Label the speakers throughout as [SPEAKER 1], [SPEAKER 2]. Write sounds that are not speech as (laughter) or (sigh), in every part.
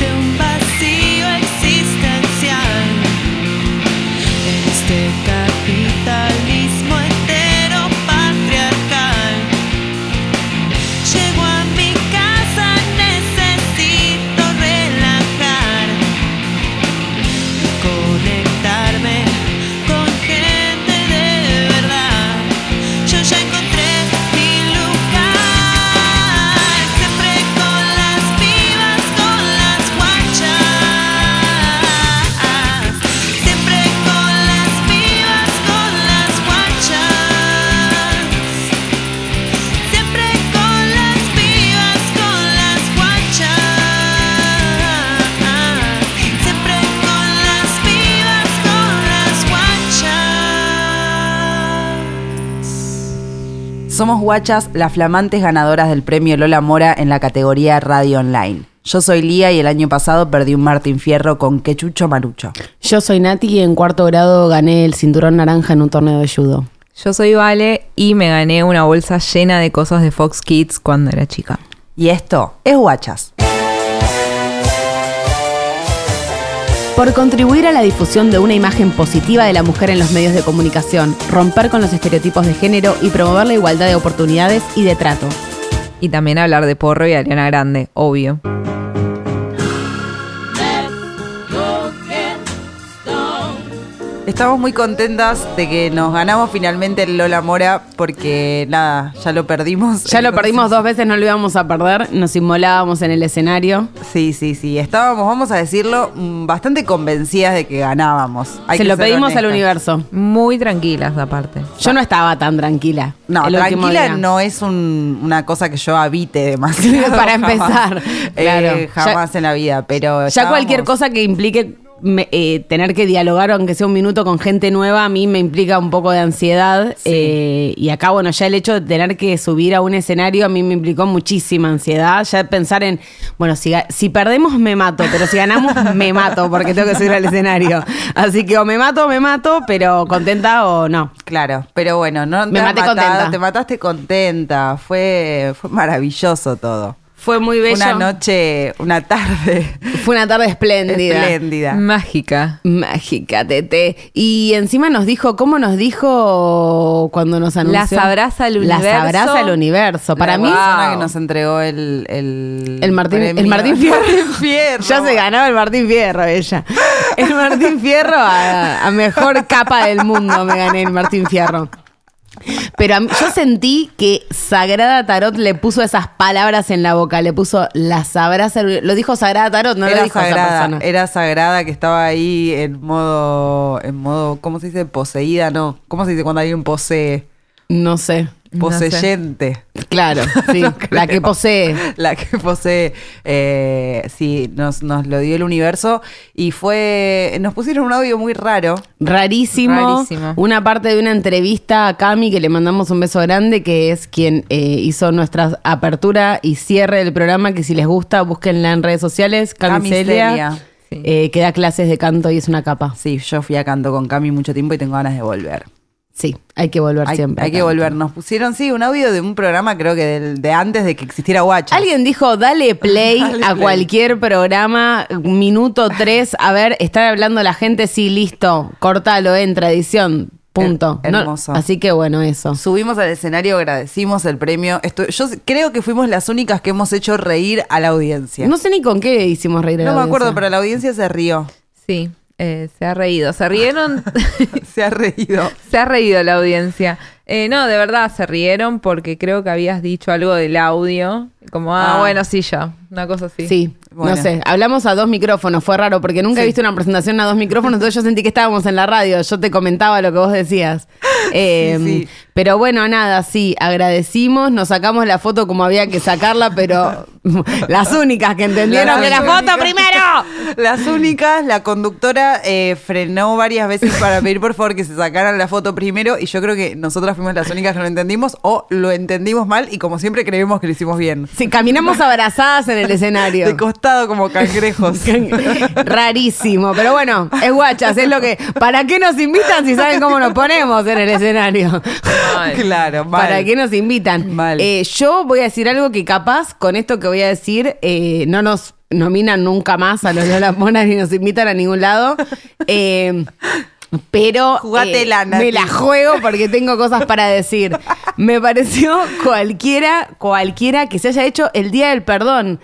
[SPEAKER 1] este
[SPEAKER 2] Somos guachas, las flamantes ganadoras del premio Lola Mora en la categoría Radio Online. Yo soy Lía y el año pasado perdí un Martín Fierro con Quechucho Marucho.
[SPEAKER 3] Yo soy Nati y en cuarto grado gané el cinturón naranja en un torneo de judo.
[SPEAKER 4] Yo soy Vale y me gané una bolsa llena de cosas de Fox Kids cuando era chica.
[SPEAKER 2] Y esto es guachas.
[SPEAKER 3] Por contribuir a la difusión de una imagen positiva de la mujer en los medios de comunicación, romper con los estereotipos de género y promover la igualdad de oportunidades y de trato.
[SPEAKER 4] Y también hablar de Porro y Ariana Grande, obvio.
[SPEAKER 2] Estamos muy contentas de que nos ganamos finalmente el Lola Mora porque nada, ya lo perdimos.
[SPEAKER 3] Ya lo perdimos dos veces, no lo íbamos a perder, nos inmolábamos en el escenario.
[SPEAKER 2] Sí, sí, sí. Estábamos, vamos a decirlo, mm, bastante convencidas de que ganábamos. Hay
[SPEAKER 3] Se
[SPEAKER 2] que
[SPEAKER 3] lo
[SPEAKER 2] ser
[SPEAKER 3] pedimos al
[SPEAKER 2] honestas.
[SPEAKER 3] universo.
[SPEAKER 4] Muy tranquilas aparte.
[SPEAKER 3] Yo no estaba tan tranquila.
[SPEAKER 2] No,
[SPEAKER 3] el último
[SPEAKER 2] tranquila
[SPEAKER 3] día.
[SPEAKER 2] no es un- una cosa que yo habite (laughs) demasiado.
[SPEAKER 3] (laughs) Para
[SPEAKER 2] jamás.
[SPEAKER 3] empezar,
[SPEAKER 2] Eh,
[SPEAKER 3] claro.
[SPEAKER 2] jamás en la vida, pero.
[SPEAKER 3] Ya
[SPEAKER 2] estábamos-
[SPEAKER 3] cualquier cosa que implique me- eh, tener que dialogar, aunque sea un minuto, con gente nueva, a mí me implica un poco de ansiedad. eh, y acá, bueno, ya el hecho de tener que subir a un escenario a mí me implicó muchísima ansiedad. Ya pensar en, bueno, si, ga- si perdemos me mato, pero si ganamos (laughs) me mato, porque tengo que subir al escenario. Así que o me mato, me mato, pero contenta o no.
[SPEAKER 2] Claro, pero bueno, no
[SPEAKER 3] Me
[SPEAKER 2] has
[SPEAKER 3] maté contenta.
[SPEAKER 2] Te mataste contenta. Fue, fue maravilloso todo.
[SPEAKER 3] Fue muy
[SPEAKER 2] Fue
[SPEAKER 3] bello.
[SPEAKER 2] Una noche, una tarde (laughs)
[SPEAKER 3] Fue una tarde espléndida. Mm,
[SPEAKER 2] espléndida.
[SPEAKER 4] Mágica.
[SPEAKER 3] Mágica, Tete. Y encima nos dijo, ¿cómo nos dijo cuando nos anunció?
[SPEAKER 4] Las abraza el universo.
[SPEAKER 3] Las abraza el universo. Para
[SPEAKER 2] La
[SPEAKER 3] mí,
[SPEAKER 2] persona
[SPEAKER 4] wow.
[SPEAKER 2] que nos entregó el el,
[SPEAKER 3] el Martín, el
[SPEAKER 2] premio. (laughs)
[SPEAKER 3] Martín Fierro.
[SPEAKER 2] Fierro.
[SPEAKER 3] (laughs) Ya se ganaba el Martín Fierro, ella. El Martín Fierro a, a mejor capa del mundo me gané el Martín Fierro. Pero a mí- yo sentí que Sagrada Tarot le puso esas palabras en la boca, le puso las abraza. el- Lo dijo Sagrada Tarot, no
[SPEAKER 2] era
[SPEAKER 3] lo dijo esa
[SPEAKER 2] sagrada,
[SPEAKER 3] persona.
[SPEAKER 2] era sagrada que estaba ahí en modo, en modo, ¿cómo se dice? Poseída, no. ¿Cómo se dice cuando alguien posee?
[SPEAKER 3] No sé.
[SPEAKER 4] No sé.
[SPEAKER 2] Poseyente.
[SPEAKER 3] Claro,
[SPEAKER 2] (laughs)
[SPEAKER 3] sí.
[SPEAKER 2] No
[SPEAKER 3] la que
[SPEAKER 2] creo.
[SPEAKER 3] posee.
[SPEAKER 2] La que posee. eh, sí, nos, nos lo dio el universo. Y fue. Nos pusieron un audio muy raro.
[SPEAKER 3] Rarísimo.
[SPEAKER 4] Rarísimo.
[SPEAKER 3] Una parte de una entrevista a Cami que le mandamos un beso grande, que es quien eh, hizo nuestra apertura y cierre del programa, que si les gusta, búsquenla en redes sociales,
[SPEAKER 2] Cami
[SPEAKER 3] Camiselia,
[SPEAKER 2] Celia.
[SPEAKER 4] Sí.
[SPEAKER 3] eh, que da clases de canto y es una capa.
[SPEAKER 2] Sí, yo fui a canto con Cami mucho tiempo y tengo ganas de volver.
[SPEAKER 3] Sí, hay que volver
[SPEAKER 2] Hay,
[SPEAKER 3] siempre.
[SPEAKER 2] hay que
[SPEAKER 3] acá.
[SPEAKER 2] volver. Nos pusieron, sí, un audio de un programa, creo que del- de antes de que existiera Guacha.
[SPEAKER 3] Alguien dijo, dale play
[SPEAKER 2] (laughs) Dale
[SPEAKER 3] a
[SPEAKER 2] play.
[SPEAKER 3] cualquier programa, minuto tres, a ver, están hablando la gente, sí, listo, córtalo, entra, edición, punto.
[SPEAKER 2] Her-
[SPEAKER 3] No,
[SPEAKER 2] hermoso.
[SPEAKER 3] así que bueno, eso.
[SPEAKER 2] Subimos al escenario, agradecimos el premio. Estu- yo s- creo que fuimos las únicas que hemos hecho reír a la audiencia.
[SPEAKER 3] No
[SPEAKER 2] No,
[SPEAKER 3] sé ni con qué hicimos reír a la
[SPEAKER 2] me acuerdo,
[SPEAKER 3] audiencia.
[SPEAKER 2] pero la audiencia se rió. (laughs)
[SPEAKER 4] Sí, eh, se ha reído. Se rieron. (laughs)
[SPEAKER 2] Se ha reído.
[SPEAKER 4] se ha reído la audiencia. Eh, no, de verdad se rieron porque creo que habías dicho algo del audio. Como, ah,
[SPEAKER 2] Ah.
[SPEAKER 4] bueno, sí, ya. Una cosa así.
[SPEAKER 3] Sí,
[SPEAKER 2] Bueno.
[SPEAKER 3] no sé. Hablamos a dos micrófonos, fue raro porque nunca he visto una presentación a dos micrófonos, entonces yo sentí que estábamos en la radio, yo te comentaba lo que vos decías. Eh,
[SPEAKER 2] (laughs) sí.
[SPEAKER 3] Pero bueno, nada, sí, agradecimos, nos sacamos la foto como había que sacarla,
[SPEAKER 2] (laughs)
[SPEAKER 3] pero las únicas que entendieron que la
[SPEAKER 2] únicas-
[SPEAKER 3] foto
[SPEAKER 2] (laughs)
[SPEAKER 3] primero.
[SPEAKER 2] Las únicas, la conductora eh, frenó varias veces para pedir por favor que se sacaran la foto primero y yo creo que nosotras fuimos las únicas que lo entendimos o lo entendimos mal y como siempre creemos que lo hicimos bien.
[SPEAKER 3] Sí, caminamos abrazadas en el escenario.
[SPEAKER 2] De costado como cangrejos.
[SPEAKER 3] (laughs) Rarísimo, pero bueno, es guachas, es lo que... ¿Para qué nos invitan si saben cómo nos ponemos en
[SPEAKER 2] (laughs)
[SPEAKER 3] el escenario? (laughs)
[SPEAKER 4] Ay.
[SPEAKER 2] claro, mal.
[SPEAKER 3] ¿Para qué nos invitan?
[SPEAKER 2] Mal.
[SPEAKER 3] Eh, yo voy a decir algo que capaz con esto que voy a decir eh, no nos nominan nunca más a los Lola Monas ni nos invitan a
[SPEAKER 2] (laughs)
[SPEAKER 3] ningún lado. Eh, pero eh,
[SPEAKER 2] Jugátela, Nati.
[SPEAKER 3] me la juego porque tengo cosas para decir. Me pareció cualquiera, cualquiera que se haya hecho el Día del Perdón.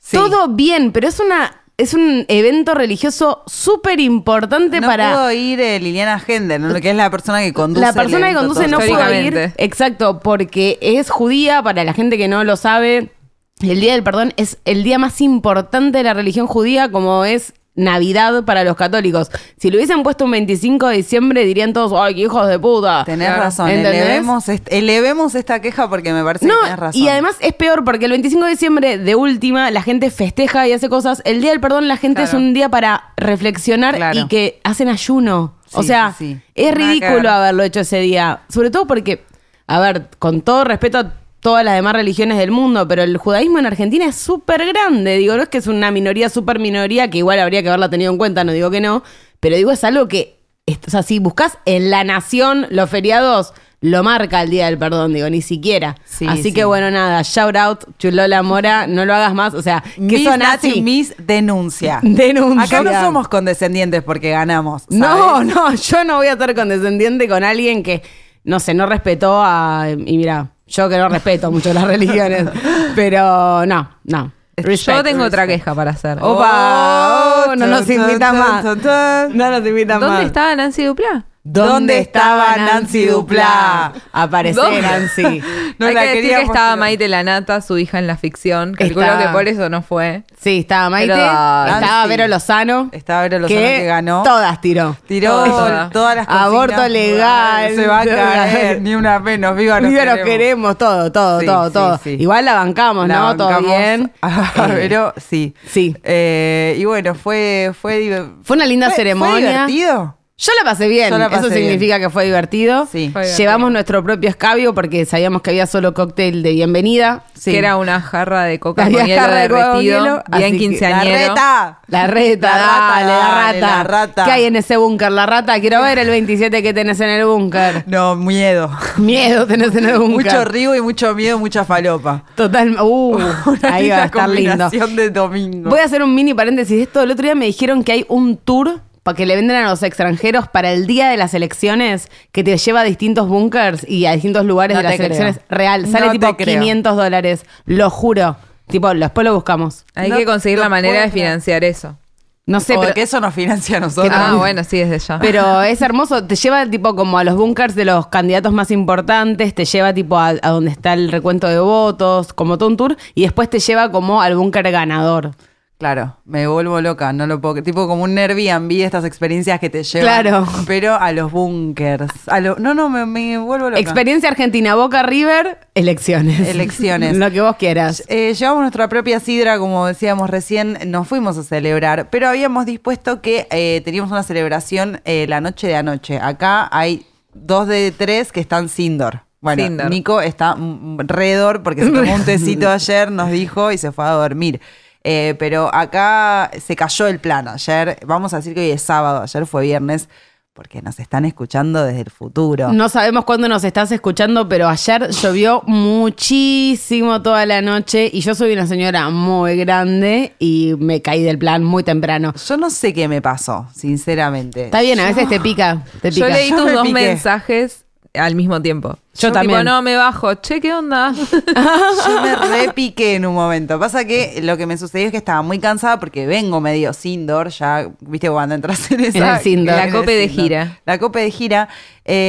[SPEAKER 2] Sí.
[SPEAKER 3] Todo bien, pero es una... Es un evento religioso súper importante
[SPEAKER 2] no
[SPEAKER 3] para...
[SPEAKER 2] pudo ir eh, Liliana Hender, ¿no? que es la persona que conduce.
[SPEAKER 3] La
[SPEAKER 2] el
[SPEAKER 3] persona que
[SPEAKER 2] evento
[SPEAKER 3] conduce
[SPEAKER 2] todo
[SPEAKER 3] no
[SPEAKER 2] esto.
[SPEAKER 3] puede ir.
[SPEAKER 4] Históricamente.
[SPEAKER 3] Exacto, porque es judía, para la gente que no lo sabe, el Día del Perdón es el día más importante de la religión judía, como es Navidad para los católicos. Si lo hubiesen puesto un 25 de diciembre, dirían todos, ¡ay, qué hijos de puta!
[SPEAKER 2] Tenés
[SPEAKER 4] Claro.
[SPEAKER 2] razón,
[SPEAKER 3] ¿Entendés?
[SPEAKER 2] elevemos, est- elevemos esta queja porque me parece
[SPEAKER 3] No,
[SPEAKER 2] que tenés razón.
[SPEAKER 3] y además es peor porque el 25 de diciembre, de última, la gente festeja y hace cosas. El Día del Perdón, la gente
[SPEAKER 4] Claro.
[SPEAKER 3] es un día para reflexionar
[SPEAKER 2] Claro.
[SPEAKER 3] y que hacen ayuno. o
[SPEAKER 2] Sí,
[SPEAKER 3] sea,
[SPEAKER 2] sí, sí.
[SPEAKER 3] es
[SPEAKER 4] Nada que
[SPEAKER 3] ridículo
[SPEAKER 4] ver.
[SPEAKER 3] haberlo hecho ese día. Sobre todo porque a ver, con todo respeto a todas las demás religiones del mundo, pero el judaísmo en Argentina es súper grande. Digo, no es que es una minoría, súper minoría, que igual habría que haberla tenido en cuenta, no digo que no, pero digo, es algo que, es- o sea, si buscas en la nación los feriados, lo marca el día del perdón, digo, ni siquiera.
[SPEAKER 2] Sí,
[SPEAKER 3] Así
[SPEAKER 2] sí.
[SPEAKER 3] que bueno, nada, shout out, Chulola Mora, no lo hagas más, o sea, que
[SPEAKER 2] Miss
[SPEAKER 3] son
[SPEAKER 2] Nati,
[SPEAKER 3] así.
[SPEAKER 2] Miss denuncia.
[SPEAKER 3] (laughs) Denuncia.
[SPEAKER 2] Acá no somos condescendientes porque ganamos. ¿sabes?
[SPEAKER 3] No, no, (laughs) yo no voy a estar condescendiente con alguien que, no sé, no respetó a. Y mira, yo que no respeto mucho las religiones.
[SPEAKER 2] (laughs)
[SPEAKER 3] Pero no, no.
[SPEAKER 4] Yo
[SPEAKER 3] Respect, Oh,
[SPEAKER 4] tengo otra
[SPEAKER 3] respect.
[SPEAKER 4] queja para hacer.
[SPEAKER 3] Opa, oh, no nos invitan más. No nos invitan
[SPEAKER 4] ¿Dónde
[SPEAKER 3] más.
[SPEAKER 4] estaba Nancy Duplá?
[SPEAKER 2] ¿Dónde estaba Nancy Duplá?
[SPEAKER 3] Apareció
[SPEAKER 2] (laughs)
[SPEAKER 4] ¿Dónde?
[SPEAKER 3] Nancy.
[SPEAKER 2] No
[SPEAKER 4] Hay
[SPEAKER 2] la
[SPEAKER 4] que decir que
[SPEAKER 2] queríamos,
[SPEAKER 4] estaba
[SPEAKER 2] pero-
[SPEAKER 4] Maite Lanata, su hija en la ficción. Calculo
[SPEAKER 3] Está.
[SPEAKER 4] que por eso no fue.
[SPEAKER 3] Sí, estaba Maite,
[SPEAKER 4] Pero,
[SPEAKER 3] estaba
[SPEAKER 2] Nancy.
[SPEAKER 3] Vero Lozano.
[SPEAKER 2] Estaba Vero Lozano que ganó.
[SPEAKER 3] Todas tiró.
[SPEAKER 2] Tiró
[SPEAKER 4] Todas.
[SPEAKER 2] todas las cosas.
[SPEAKER 3] Aborto legal.
[SPEAKER 2] Se va a caer. Ni una menos. Viva nos
[SPEAKER 3] Viva nos
[SPEAKER 2] queremos.
[SPEAKER 3] queremos, todo, todo,
[SPEAKER 2] Sí,
[SPEAKER 3] todo,
[SPEAKER 2] sí,
[SPEAKER 3] todo.
[SPEAKER 2] sí.
[SPEAKER 3] Igual la bancamos,
[SPEAKER 2] La
[SPEAKER 3] ¿no? todo
[SPEAKER 2] bancamos
[SPEAKER 3] (laughs) bien.
[SPEAKER 2] (laughs) a
[SPEAKER 3] Eh,
[SPEAKER 2] Vero, Ah, sí.
[SPEAKER 3] sí.
[SPEAKER 2] Eh, y bueno, fue... Fue, div-
[SPEAKER 3] Fue una linda
[SPEAKER 2] fue-
[SPEAKER 3] ceremonia.
[SPEAKER 2] ¿Fue divertido?
[SPEAKER 3] Yo la pasé bien,
[SPEAKER 2] Yo la pasé
[SPEAKER 3] eso
[SPEAKER 2] bien.
[SPEAKER 3] significa que fue divertido.
[SPEAKER 2] Sí. Fue
[SPEAKER 4] divertido.
[SPEAKER 3] Llevamos nuestro propio escabio porque sabíamos que había solo cóctel de bienvenida.
[SPEAKER 2] Sí.
[SPEAKER 4] Que era una jarra de coca
[SPEAKER 3] Había
[SPEAKER 4] con hielo
[SPEAKER 3] jarra de coca con
[SPEAKER 4] derretido.
[SPEAKER 3] hielo, así
[SPEAKER 4] bien
[SPEAKER 3] que-
[SPEAKER 4] quinceañero.
[SPEAKER 2] ¡La reta!
[SPEAKER 3] La reta,
[SPEAKER 2] La rata,
[SPEAKER 3] dale, la
[SPEAKER 2] dale,
[SPEAKER 3] rata.
[SPEAKER 2] la rata.
[SPEAKER 3] ¿Qué hay en ese búnker? La rata, quiero ver el 27 que tenés en
[SPEAKER 2] (laughs)
[SPEAKER 3] el búnker.
[SPEAKER 2] No,
[SPEAKER 3] (laughs)
[SPEAKER 2] miedo.
[SPEAKER 3] Miedo tenés en el búnker.
[SPEAKER 2] Mucho río y mucho miedo, mucha falopa. (laughs)
[SPEAKER 3] Total, uh,
[SPEAKER 2] Una
[SPEAKER 3] ahí
[SPEAKER 2] linda
[SPEAKER 3] va a estar lindo.
[SPEAKER 2] combinación de domingo.
[SPEAKER 3] Voy a hacer un mini paréntesis de esto. El otro día me dijeron que hay un tour para que le venden a los extranjeros para el día de las elecciones que te lleva a distintos bunkers y a distintos lugares
[SPEAKER 2] No
[SPEAKER 3] de las
[SPEAKER 2] te creo.
[SPEAKER 3] elecciones. Real. Sale
[SPEAKER 2] No
[SPEAKER 3] tipo
[SPEAKER 2] te creo.
[SPEAKER 3] 500 dólares. Lo juro. Tipo, lo- después lo buscamos.
[SPEAKER 4] Hay
[SPEAKER 2] No
[SPEAKER 4] que conseguir la
[SPEAKER 2] lo
[SPEAKER 4] manera de
[SPEAKER 2] puedo creer.
[SPEAKER 4] financiar eso.
[SPEAKER 3] No sé,
[SPEAKER 2] O
[SPEAKER 3] pero,
[SPEAKER 2] Oh, que eso nos financia a nosotros.
[SPEAKER 4] Ah, bueno, sí, desde ya.
[SPEAKER 3] (laughs) pero es hermoso. Te lleva tipo como a los bunkers de los candidatos más importantes, te lleva tipo a, a donde está el recuento de votos, como todo un tour, y después te lleva como al búnker ganador.
[SPEAKER 2] Claro, me vuelvo loca, no lo puedo. Tipo como un Airbnb, estas experiencias que te llevan.
[SPEAKER 3] Claro.
[SPEAKER 2] Pero a los bunkers. A lo- no, no, me, me vuelvo loca.
[SPEAKER 3] Experiencia Argentina, Boca River, elecciones.
[SPEAKER 2] Elecciones.
[SPEAKER 3] (laughs) Lo que vos quieras.
[SPEAKER 2] Eh, llevamos nuestra propia sidra, como decíamos recién, nos fuimos a celebrar, pero habíamos dispuesto que eh, teníamos una celebración eh, la noche de anoche. Acá hay dos de tres que están Sindor. Bueno,
[SPEAKER 4] Sin dor.
[SPEAKER 2] Nico está mm, redor porque se tomó un tecito ayer, nos dijo, y se fue a dormir. Eh, pero acá se cayó el plan ayer. Vamos a decir que hoy es sábado, ayer fue viernes, porque nos están escuchando desde el futuro.
[SPEAKER 3] No sabemos cuándo nos estás escuchando, pero ayer llovió muchísimo toda la noche y yo soy una señora muy grande y me caí del plan muy temprano.
[SPEAKER 2] Yo no sé qué me pasó, sinceramente.
[SPEAKER 3] Está bien, a veces te pica, te
[SPEAKER 4] Yo
[SPEAKER 3] pica.
[SPEAKER 4] leí
[SPEAKER 2] Yo
[SPEAKER 4] tus
[SPEAKER 2] me
[SPEAKER 4] dos
[SPEAKER 2] piqué.
[SPEAKER 4] mensajes al mismo tiempo.
[SPEAKER 3] Yo
[SPEAKER 4] tipo,
[SPEAKER 3] también.
[SPEAKER 4] no, me bajo. Che, ¿qué
[SPEAKER 3] (laughs)
[SPEAKER 4] onda?
[SPEAKER 2] (laughs) Yo me repiqué en un momento. Pasa que lo que me sucedió es que estaba muy cansada porque vengo medio Sindor, ya, viste, cuando entras en esa.
[SPEAKER 3] En el Sindor.
[SPEAKER 2] en
[SPEAKER 3] La
[SPEAKER 2] el
[SPEAKER 4] cope de
[SPEAKER 2] Sindor.
[SPEAKER 4] gira.
[SPEAKER 2] La cope de gira.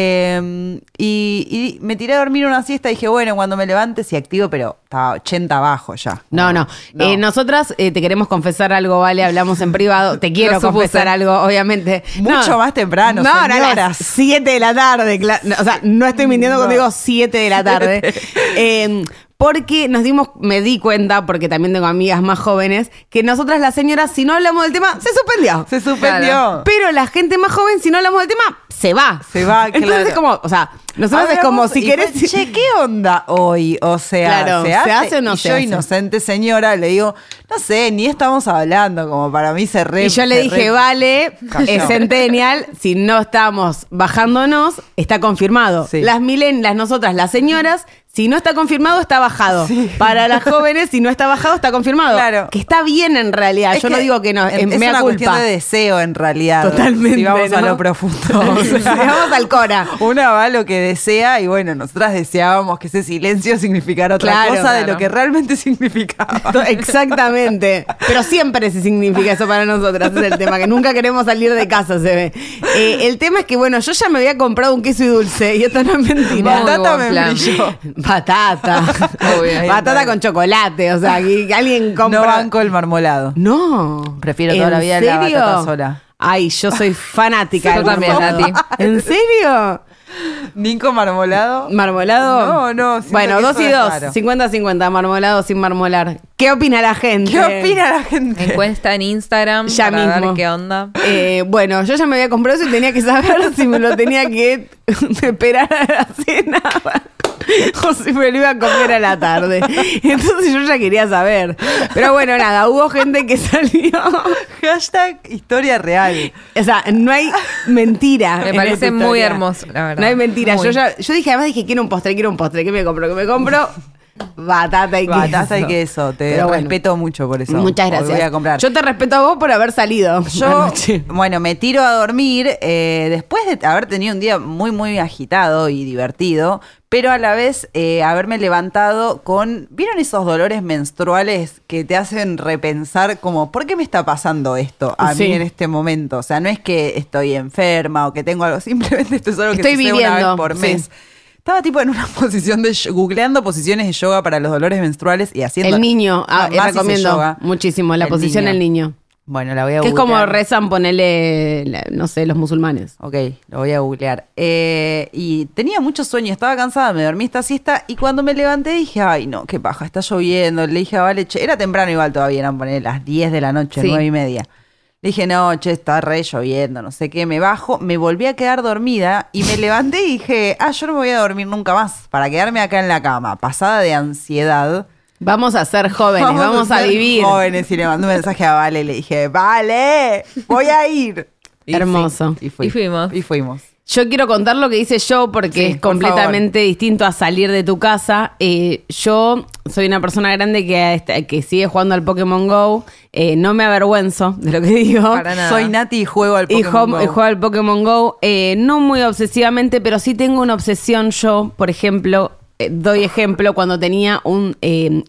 [SPEAKER 2] Eh, y, y me tiré a dormir una siesta y dije, bueno, cuando me levante, si activo, pero estaba 80 abajo ya.
[SPEAKER 3] No, no.
[SPEAKER 2] No.
[SPEAKER 3] Eh, nosotras eh, te queremos confesar algo, vale, hablamos en privado.
[SPEAKER 2] (laughs)
[SPEAKER 3] Te quiero
[SPEAKER 4] Lo supuse.
[SPEAKER 3] confesar algo, obviamente.
[SPEAKER 2] Mucho más temprano,
[SPEAKER 3] no, no, a
[SPEAKER 2] señoras.
[SPEAKER 3] las 7 de la tarde. cla- no, o sea, no estoy mintiendo cuando digo 7 de la tarde. Eh, porque nos dimos, me di cuenta, porque también tengo amigas más jóvenes, que nosotras las señoras, si no hablamos del tema, se suspendió.
[SPEAKER 2] Se suspendió.
[SPEAKER 4] Claro.
[SPEAKER 3] Pero la gente más joven, si no hablamos del tema, se va.
[SPEAKER 2] Se va,
[SPEAKER 3] Entonces,
[SPEAKER 2] claro.
[SPEAKER 3] como, o sea, nosotros es
[SPEAKER 2] Hablamos
[SPEAKER 3] como, si
[SPEAKER 2] y
[SPEAKER 3] querés...
[SPEAKER 2] fue, che, ¿qué onda hoy? O sea,
[SPEAKER 3] Claro,
[SPEAKER 2] ¿se,
[SPEAKER 3] ¿se
[SPEAKER 2] hace?
[SPEAKER 3] hace o no
[SPEAKER 2] Y
[SPEAKER 3] se
[SPEAKER 2] yo,
[SPEAKER 3] hace?
[SPEAKER 2] inocente señora, le digo, no sé, ni estamos hablando, como para mí se re.
[SPEAKER 3] Y yo le
[SPEAKER 2] se
[SPEAKER 3] dije,
[SPEAKER 2] re-
[SPEAKER 3] vale,
[SPEAKER 2] Cayó.
[SPEAKER 3] es Centennial, si no estamos bajándonos, está confirmado.
[SPEAKER 2] Sí.
[SPEAKER 3] Las milen, las nosotras, las señoras, si no está confirmado, está bajado. Para las jóvenes, si no está bajado, está confirmado.
[SPEAKER 2] Claro.
[SPEAKER 3] Que está bien en realidad.
[SPEAKER 2] Es
[SPEAKER 3] Ah,
[SPEAKER 2] em,
[SPEAKER 3] yo no digo que no, es,
[SPEAKER 2] Es
[SPEAKER 3] mea
[SPEAKER 2] una
[SPEAKER 3] culpa.
[SPEAKER 2] cuestión de deseo, en realidad.
[SPEAKER 3] Totalmente,
[SPEAKER 2] Si vamos a
[SPEAKER 3] ¿no?
[SPEAKER 2] lo profundo.
[SPEAKER 3] (laughs)
[SPEAKER 2] O sea,
[SPEAKER 3] Si vamos al Cora.
[SPEAKER 2] Una va a lo que desea, y bueno, nosotras deseábamos que ese silencio significara otra
[SPEAKER 3] Claro,
[SPEAKER 2] cosa de
[SPEAKER 3] claro.
[SPEAKER 2] lo que realmente (laughs)
[SPEAKER 3] (laughs)
[SPEAKER 2] significaba.
[SPEAKER 3] To- Exactamente. Pero siempre se significa eso para nosotras, es el tema, que nunca queremos salir de casa, se ve. Eh, el tema es que, bueno, yo ya me había comprado un queso y dulce, y esto no es mentira.
[SPEAKER 4] Muy
[SPEAKER 2] Batata
[SPEAKER 4] buen
[SPEAKER 2] me
[SPEAKER 3] (laughs)
[SPEAKER 4] plan.
[SPEAKER 2] brilló.
[SPEAKER 3] Batata.
[SPEAKER 4] Obvio.
[SPEAKER 3] Batata con chocolate, o sea, que alguien compra.
[SPEAKER 2] No banco el marmolado.
[SPEAKER 3] No.
[SPEAKER 2] Prefiero
[SPEAKER 3] ¿En
[SPEAKER 2] toda la vida la
[SPEAKER 3] serio?
[SPEAKER 2] batata sola.
[SPEAKER 3] Ay, yo
[SPEAKER 2] (laughs)
[SPEAKER 3] soy fanática
[SPEAKER 4] Yo
[SPEAKER 3] del
[SPEAKER 4] también,
[SPEAKER 3] marmolado.
[SPEAKER 4] Nati.
[SPEAKER 3] ¿En serio?
[SPEAKER 2] Nico marmolado.
[SPEAKER 3] ¿Marmolado?
[SPEAKER 2] No, no, siento
[SPEAKER 3] Bueno,
[SPEAKER 2] que
[SPEAKER 3] dos y
[SPEAKER 2] eso es
[SPEAKER 3] dos.
[SPEAKER 2] raro.
[SPEAKER 3] 50-50, marmolado sin marmolar. ¿Qué opina la gente?
[SPEAKER 2] ¿Qué opina la gente?
[SPEAKER 4] Encuesta en Instagram
[SPEAKER 3] Ya
[SPEAKER 4] para
[SPEAKER 3] mismo.
[SPEAKER 4] ver qué
[SPEAKER 3] (laughs)
[SPEAKER 4] onda.
[SPEAKER 3] Eh, bueno, yo ya me (laughs) había comprado eso y tenía que saber si me lo tenía que esperar a la cena. (laughs) José me lo iba a comer a la tarde. Entonces yo ya quería saber. Pero bueno, nada, hubo gente que (laughs) salió.
[SPEAKER 2] Hashtag historia
[SPEAKER 3] (laughs)
[SPEAKER 2] real.
[SPEAKER 3] O sea, no hay mentira.
[SPEAKER 4] Me
[SPEAKER 3] en
[SPEAKER 4] parece
[SPEAKER 3] esta
[SPEAKER 4] muy
[SPEAKER 3] historia.
[SPEAKER 4] hermoso, la verdad.
[SPEAKER 3] No hay mentira.
[SPEAKER 4] Muy.
[SPEAKER 3] Yo, ya- yo dije, además dije, quiero un postre, quiero un postre. ¿Qué me compro? ¿Qué me compro? Batata y queso.
[SPEAKER 2] Batata y queso. Te
[SPEAKER 3] Pero bueno.
[SPEAKER 2] respeto mucho por eso.
[SPEAKER 3] Muchas
[SPEAKER 2] Hoy
[SPEAKER 3] gracias.
[SPEAKER 2] Voy a comprar.
[SPEAKER 3] Yo te respeto a vos por haber salido.
[SPEAKER 2] Yo,
[SPEAKER 3] anoche.
[SPEAKER 2] bueno, me tiro a dormir eh, después de haber tenido un día muy, muy agitado y divertido, pero a la vez eh, haberme levantado con, ¿vieron esos dolores menstruales que te hacen repensar como, ¿por qué me está pasando esto a
[SPEAKER 3] Sí.
[SPEAKER 2] mí en este momento? O sea, no es que estoy enferma o que tengo algo, simplemente esto es algo que
[SPEAKER 3] Estoy
[SPEAKER 2] sucede una
[SPEAKER 3] viviendo,
[SPEAKER 2] vez por
[SPEAKER 3] sí.
[SPEAKER 2] mes. Estaba tipo en una (laughs) posición de yo- googleando posiciones de yoga para los dolores menstruales y haciendo
[SPEAKER 3] El niño, ah,
[SPEAKER 2] Jamás hice
[SPEAKER 3] recomiendo
[SPEAKER 2] yoga.
[SPEAKER 3] muchísimo la
[SPEAKER 2] El
[SPEAKER 3] posición del niño.
[SPEAKER 2] Bueno, la voy a
[SPEAKER 3] Que es como
[SPEAKER 2] googlear.
[SPEAKER 3] rezan, ponele, la- no sé, los musulmanes.
[SPEAKER 2] Ok, lo voy a googlear. Eh, y tenía mucho sueño, estaba cansada, me dormí esta siesta y cuando me levanté dije, ay no, qué paja, está lloviendo. Le dije a Vale, che, era temprano igual todavía, eran poner las 10 de la noche,
[SPEAKER 3] Sí.
[SPEAKER 2] nueve y media. Le dije, no, che, está re lloviendo, no sé qué, me bajo, me volví a quedar dormida y me levanté y dije, ah, yo no me voy a dormir nunca más para quedarme acá en la cama, pasada de ansiedad.
[SPEAKER 3] Vamos a ser jóvenes, vamos, a,
[SPEAKER 2] ser
[SPEAKER 3] vivir.
[SPEAKER 2] Jóvenes, y le mandé un mensaje a Vale, le dije, Vale, voy a ir. Y
[SPEAKER 3] Hermoso.
[SPEAKER 2] sí, y, fui.
[SPEAKER 4] Y fuimos.
[SPEAKER 2] Y fuimos.
[SPEAKER 3] Yo quiero contar lo que hice yo porque
[SPEAKER 2] Sí,
[SPEAKER 3] es
[SPEAKER 2] por
[SPEAKER 3] completamente distinto a salir de tu casa. Eh, yo soy una persona grande que, está- que sigue jugando al Pokémon Go. Eh, no me avergüenzo de lo que digo.
[SPEAKER 4] Para nada.
[SPEAKER 2] Soy Nati y juego al
[SPEAKER 3] Y,
[SPEAKER 2] Pokémon
[SPEAKER 3] home-
[SPEAKER 2] Go.
[SPEAKER 3] y juego al Pokémon Go, eh, no muy obsesivamente, pero sí tengo una obsesión yo, por ejemplo, eh, doy ejemplo, cuando tenía un eh,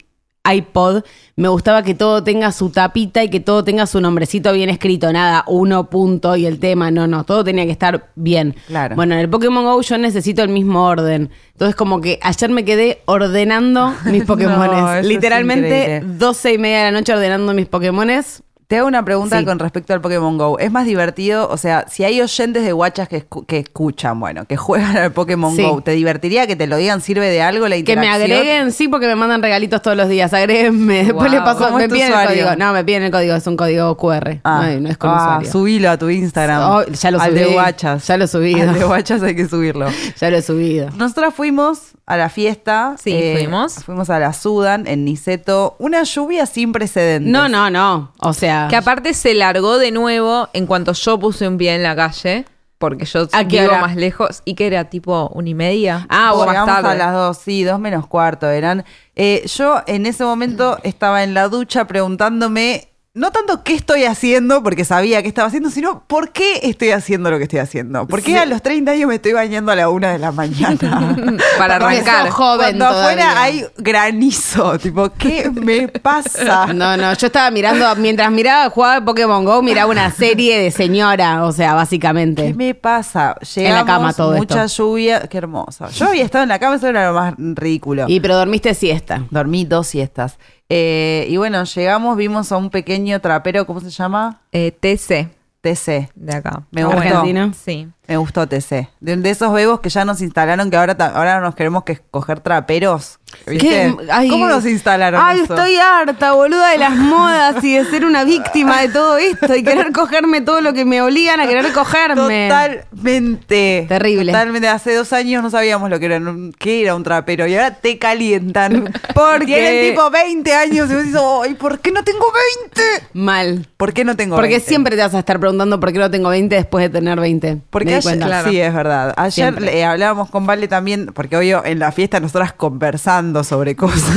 [SPEAKER 3] iPod, me gustaba que todo tenga su tapita y que todo tenga su nombrecito bien escrito, nada, uno punto y el tema, no, no, todo tenía que estar bien.
[SPEAKER 2] Claro.
[SPEAKER 3] Bueno, en el Pokémon Go yo necesito el mismo orden. Entonces como que ayer me quedé ordenando
[SPEAKER 2] (laughs)
[SPEAKER 3] mis Pokémones,
[SPEAKER 2] eso es
[SPEAKER 3] literalmente
[SPEAKER 2] increíble.
[SPEAKER 3] 12 y media de la noche ordenando mis Pokémones.
[SPEAKER 2] Te hago una pregunta
[SPEAKER 3] Sí.
[SPEAKER 2] con respecto al Pokémon Go. ¿Es más divertido? O sea, si hay oyentes de guachas que, escu- que escuchan, bueno, que juegan al Pokémon
[SPEAKER 3] Sí.
[SPEAKER 2] Go, ¿te divertiría que te lo digan? ¿Sirve de algo la
[SPEAKER 3] Que me
[SPEAKER 2] interacción?
[SPEAKER 3] agreguen, sí, porque me mandan regalitos todos los días. Agréguenme. (laughs) Después le
[SPEAKER 4] Wow.
[SPEAKER 3] paso,
[SPEAKER 2] ¿Cómo
[SPEAKER 3] me
[SPEAKER 2] es tu
[SPEAKER 3] piden el
[SPEAKER 2] usuario?
[SPEAKER 3] código. No, me piden el código, es un código QR.
[SPEAKER 2] Ah,
[SPEAKER 3] no, no es con
[SPEAKER 2] ah,
[SPEAKER 3] usuario.
[SPEAKER 2] subilo a tu Instagram.
[SPEAKER 3] Oh, ya lo
[SPEAKER 2] al
[SPEAKER 3] subí.
[SPEAKER 2] de guachas.
[SPEAKER 3] Ya lo subí.
[SPEAKER 2] Al de guachas hay que
[SPEAKER 3] (laughs)
[SPEAKER 2] subirlo.
[SPEAKER 3] Ya lo he subido.
[SPEAKER 2] Nosotras fuimos a la fiesta. eh,
[SPEAKER 4] Sí, fuimos.
[SPEAKER 2] Fuimos a la Sudan, en Niceto. Una lluvia sin precedentes.
[SPEAKER 3] No, no, no. O
[SPEAKER 2] Ah.
[SPEAKER 3] sea,
[SPEAKER 4] Que aparte se largó de nuevo en cuanto yo puse un pie en la calle, porque yo
[SPEAKER 2] Ah,
[SPEAKER 3] ¿A qué
[SPEAKER 4] vivo
[SPEAKER 3] hora?
[SPEAKER 4] más lejos, y que era tipo una y media.
[SPEAKER 3] Ah,
[SPEAKER 4] o
[SPEAKER 2] Llegamos
[SPEAKER 4] más tarde.
[SPEAKER 2] a las dos, sí, dos menos cuarto eran. Eh, yo en ese momento estaba en la ducha preguntándome, no tanto qué estoy haciendo, porque sabía qué estaba haciendo, sino por qué estoy haciendo lo que estoy haciendo. ¿Por qué a los 30 años me estoy bañando a la una de la mañana? (laughs)
[SPEAKER 4] Mm, Para
[SPEAKER 3] Porque
[SPEAKER 4] arrancar.
[SPEAKER 3] sos joven
[SPEAKER 2] Cuando afuera
[SPEAKER 3] todavía.
[SPEAKER 2] hay granizo, (laughs) tipo, ¿qué me pasa?
[SPEAKER 3] (laughs) No, no, yo estaba mirando, (laughs) mientras miraba, jugaba al Pokémon Go, miraba una serie de señora, o sea,
[SPEAKER 2] ¿Qué
[SPEAKER 3] básicamente.
[SPEAKER 2] me pasa? Llegamos,
[SPEAKER 3] la cama todo
[SPEAKER 2] mucha lluvia, qué hermoso. Yo había estado en la cama, eso era lo más ridículo.
[SPEAKER 3] Y pero dormiste siesta.
[SPEAKER 2] Dormí dos siestas. Eh, y bueno, llegamos, vimos a un pequeño trapero, ¿cómo se llama?
[SPEAKER 4] Eh, TC,
[SPEAKER 2] TC.
[SPEAKER 4] de acá.
[SPEAKER 2] Me
[SPEAKER 4] Bueno,
[SPEAKER 2] gustó.
[SPEAKER 3] Argentina.
[SPEAKER 4] Sí.
[SPEAKER 2] Me gustó TC. De, de esos bebos que ya nos instalaron, que ahora, ta- ahora nos queremos que coger traperos. ¿viste?
[SPEAKER 3] ¿Qué? Ay.
[SPEAKER 2] ¿Cómo nos instalaron
[SPEAKER 3] Ay,
[SPEAKER 2] eso?
[SPEAKER 3] estoy harta, boluda, de las modas y de ser una víctima de todo esto y querer cogerme todo lo que me obligan a querer cogerme.
[SPEAKER 2] Totalmente.
[SPEAKER 3] Terrible.
[SPEAKER 2] Totalmente. Hace dos años no sabíamos lo que era, un- qué era un trapero. Y ahora te
[SPEAKER 3] (laughs)
[SPEAKER 2] calientan.
[SPEAKER 3] Porque-
[SPEAKER 2] Tienen tipo 20 años. Y vos decís, ay, ¿por qué no tengo 20?
[SPEAKER 3] Mal.
[SPEAKER 2] ¿Por qué no tengo
[SPEAKER 3] Porque
[SPEAKER 2] 20?
[SPEAKER 3] siempre te vas a estar preguntando por qué no tengo 20 después de tener 20. Me
[SPEAKER 2] Porque
[SPEAKER 3] di
[SPEAKER 2] ayer,
[SPEAKER 3] cuenta.
[SPEAKER 2] sí, es verdad. Ayer
[SPEAKER 3] Siempre.
[SPEAKER 2] eh, hablábamos con Vale también, porque hoy en la fiesta nosotras conversando sobre cosas. (laughs)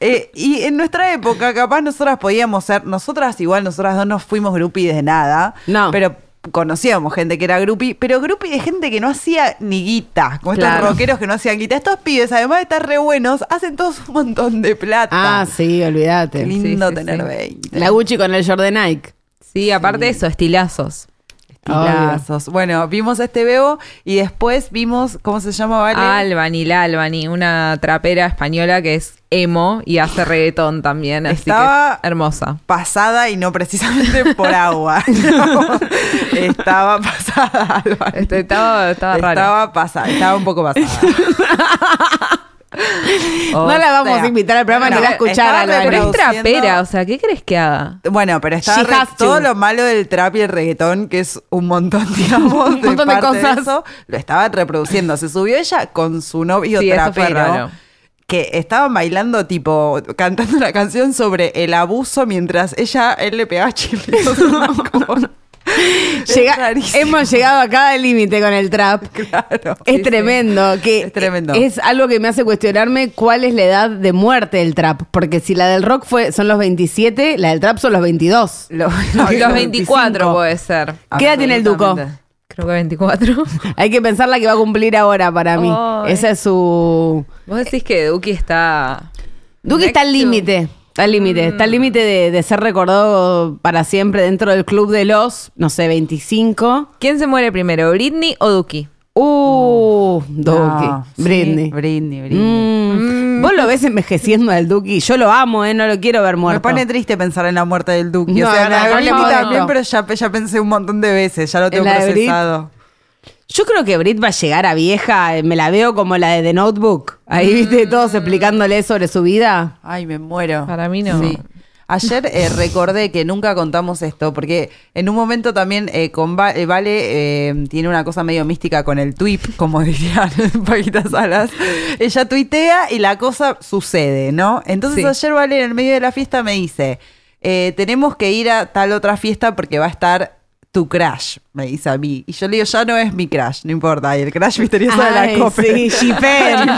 [SPEAKER 2] Eh, y en nuestra época, capaz nosotras podíamos ser, nosotras igual, nosotras dos no fuimos groupies de nada.
[SPEAKER 3] No.
[SPEAKER 2] Pero conocíamos gente que era groupie, pero groupie de gente que no hacía ni guita, como
[SPEAKER 4] Claro.
[SPEAKER 2] estos rockeros que no hacían guita. Estos pibes, además de estar re buenos, hacen todos un montón de plata.
[SPEAKER 3] Ah, sí, olvídate.
[SPEAKER 2] Qué lindo
[SPEAKER 4] sí, sí,
[SPEAKER 2] tener
[SPEAKER 4] sí.
[SPEAKER 2] 20.
[SPEAKER 3] La Gucci con el Jordan Nike.
[SPEAKER 4] Sí, aparte de eso, estilazos.
[SPEAKER 2] Pilazos. Bueno, vimos a este bebo y después vimos, ¿cómo se llama, Vale?
[SPEAKER 4] Albany, la Albany, una trapera española que es emo y hace reggaetón también, así
[SPEAKER 2] Estaba-
[SPEAKER 4] que es hermosa.
[SPEAKER 2] pasada y no precisamente por agua. (laughs) No, estaba pasada, Alba.
[SPEAKER 3] Este,
[SPEAKER 4] Este, estaba- estaba
[SPEAKER 3] (laughs)
[SPEAKER 4] rara.
[SPEAKER 2] Estaba pasada, estaba un poco pasada.
[SPEAKER 3] No la vamos a invitar al programa ni
[SPEAKER 2] no,
[SPEAKER 3] va a escuchar
[SPEAKER 2] estaba
[SPEAKER 3] a Álvaro.
[SPEAKER 4] Pero es
[SPEAKER 2] reproduciendo-
[SPEAKER 4] trapera, o sea, ¿qué crees que haga?
[SPEAKER 2] Bueno, pero está
[SPEAKER 3] She
[SPEAKER 2] re-
[SPEAKER 3] has to.
[SPEAKER 2] todo lo malo del trap y el reggaetón, que es un montón, (laughs) digamos,
[SPEAKER 3] Un montón de
[SPEAKER 2] parte
[SPEAKER 3] cosas.
[SPEAKER 2] eso, lo estaba reproduciendo. Se subió ella con su novio
[SPEAKER 4] Sí, eso fue
[SPEAKER 2] trapero.
[SPEAKER 4] raro.
[SPEAKER 2] Que estaban bailando, tipo, cantando una canción sobre el abuso mientras ella, él le pegaba (laughs) chilenos.
[SPEAKER 3] Llega-
[SPEAKER 2] Es rarísimo.
[SPEAKER 3] hemos llegado a cada límite con el trap.
[SPEAKER 2] claro.
[SPEAKER 3] Es
[SPEAKER 4] sí.
[SPEAKER 3] tremendo, que
[SPEAKER 2] Es tremendo.
[SPEAKER 3] es algo que me hace cuestionarme cuál es la edad de muerte del trap, porque si la del rock fue son los 27, la del trap son los 22.
[SPEAKER 2] Lo-
[SPEAKER 4] Los 24 puede ser.
[SPEAKER 3] ¿Qué edad tiene el Duco?
[SPEAKER 2] Ah, Absolutamente.
[SPEAKER 4] Creo que 24.
[SPEAKER 3] Hay que pensar la que va a cumplir ahora para mí.
[SPEAKER 4] Ay.
[SPEAKER 3] Esa es su
[SPEAKER 4] (laughs) Vos decís que Duki está.
[SPEAKER 3] Duque está al
[SPEAKER 4] Next to-
[SPEAKER 3] límite. Está al límite, está
[SPEAKER 2] Mm.
[SPEAKER 3] al límite de, de ser recordado para siempre dentro del club de los, no sé, 25.
[SPEAKER 4] ¿Quién se muere primero, Britney o Duki?
[SPEAKER 3] Uh, Duque,
[SPEAKER 2] No, sí,
[SPEAKER 3] Britney.
[SPEAKER 2] Britney, Britney.
[SPEAKER 3] Mm. Vos lo ves envejeciendo al Duki. Yo lo amo, ¿eh? No lo quiero ver muerto.
[SPEAKER 2] Me pone triste pensar en la muerte del Duque.
[SPEAKER 3] No,
[SPEAKER 2] o sea,
[SPEAKER 3] no,
[SPEAKER 2] la
[SPEAKER 3] no,
[SPEAKER 2] Britney
[SPEAKER 3] no.
[SPEAKER 2] también, pero ya, ya pensé un montón de veces, ya lo tengo
[SPEAKER 3] la de Brit-
[SPEAKER 2] procesado.
[SPEAKER 3] Yo creo que Brit va a llegar a vieja. eh, Me la veo como la de The Notebook.
[SPEAKER 2] Mm.
[SPEAKER 3] Ahí, viste, todos explicándole sobre su vida.
[SPEAKER 2] Ay, me muero.
[SPEAKER 4] Para mí no.
[SPEAKER 2] Sí. Ayer eh, recordé que nunca contamos esto, porque en un momento también eh, con Va- eh, Vale eh, tiene una cosa medio mística con el tweet, como (laughs) dirían Paquita Salas. Ella tuitea y la cosa sucede, ¿no? Entonces
[SPEAKER 4] Sí.
[SPEAKER 2] ayer Vale en el medio de la fiesta me dice, eh, tenemos que ir a tal otra fiesta porque va a estar tu crash, me dice a mí. Y yo le digo, ya no es mi crash, no importa. Y el crash misterioso de
[SPEAKER 3] Ay,
[SPEAKER 2] la copa.
[SPEAKER 3] Sí, (laughs) shipen,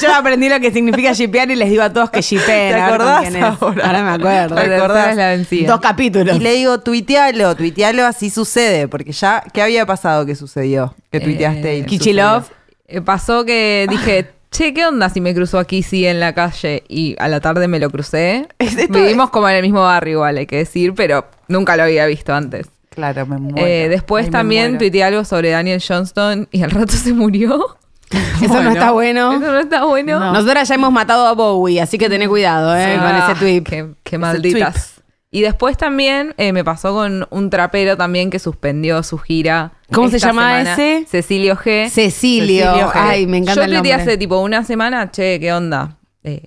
[SPEAKER 3] Yo aprendí lo que significa shipear y les digo a todos que shipen.
[SPEAKER 2] ¿Te
[SPEAKER 3] a ver con
[SPEAKER 2] acordás
[SPEAKER 3] quién es.
[SPEAKER 2] ahora?
[SPEAKER 3] Ahora me acuerdo.
[SPEAKER 2] ¿Te acordás?
[SPEAKER 4] es la vencida.
[SPEAKER 3] Dos capítulos.
[SPEAKER 2] Y le digo, tuitealo, tuitealo, así sucede, porque ya, ¿qué había pasado que sucedió? Que tuiteaste y
[SPEAKER 3] Kichilov.
[SPEAKER 2] sucedió?
[SPEAKER 4] Eh, pasó que
[SPEAKER 2] (laughs)
[SPEAKER 4] dije, che, ¿qué onda si me cruzo aquí, sí, en la calle? Y a la tarde me lo crucé.
[SPEAKER 2] (laughs) Es esto-
[SPEAKER 4] Vivimos como en el mismo barrio, igual, hay que decir, pero nunca lo había visto antes.
[SPEAKER 2] Claro, me muero.
[SPEAKER 4] Eh, después
[SPEAKER 2] Ay, me
[SPEAKER 4] también
[SPEAKER 2] muero.
[SPEAKER 4] tuiteé algo sobre Daniel Johnston y al rato (laughs) se murió.
[SPEAKER 3] Eso no está bueno.
[SPEAKER 4] Eso no está bueno.
[SPEAKER 3] Nosotras ya hemos matado a Bowie, así que tené cuidado eh, con
[SPEAKER 4] Ah,
[SPEAKER 3] ese tweet.
[SPEAKER 4] Qué, qué malditas. Y después también eh, me pasó con un trapero también que suspendió su gira.
[SPEAKER 3] ¿Cómo se llamaba
[SPEAKER 4] semana.
[SPEAKER 3] ese?
[SPEAKER 4] Cecilio G.
[SPEAKER 3] Cecilio.
[SPEAKER 2] Cecilio,
[SPEAKER 3] Ay, me encanta
[SPEAKER 4] Yo
[SPEAKER 3] el
[SPEAKER 4] tuiteé
[SPEAKER 3] nombre.
[SPEAKER 4] hace tipo una semana, che, ¿qué onda? Eh,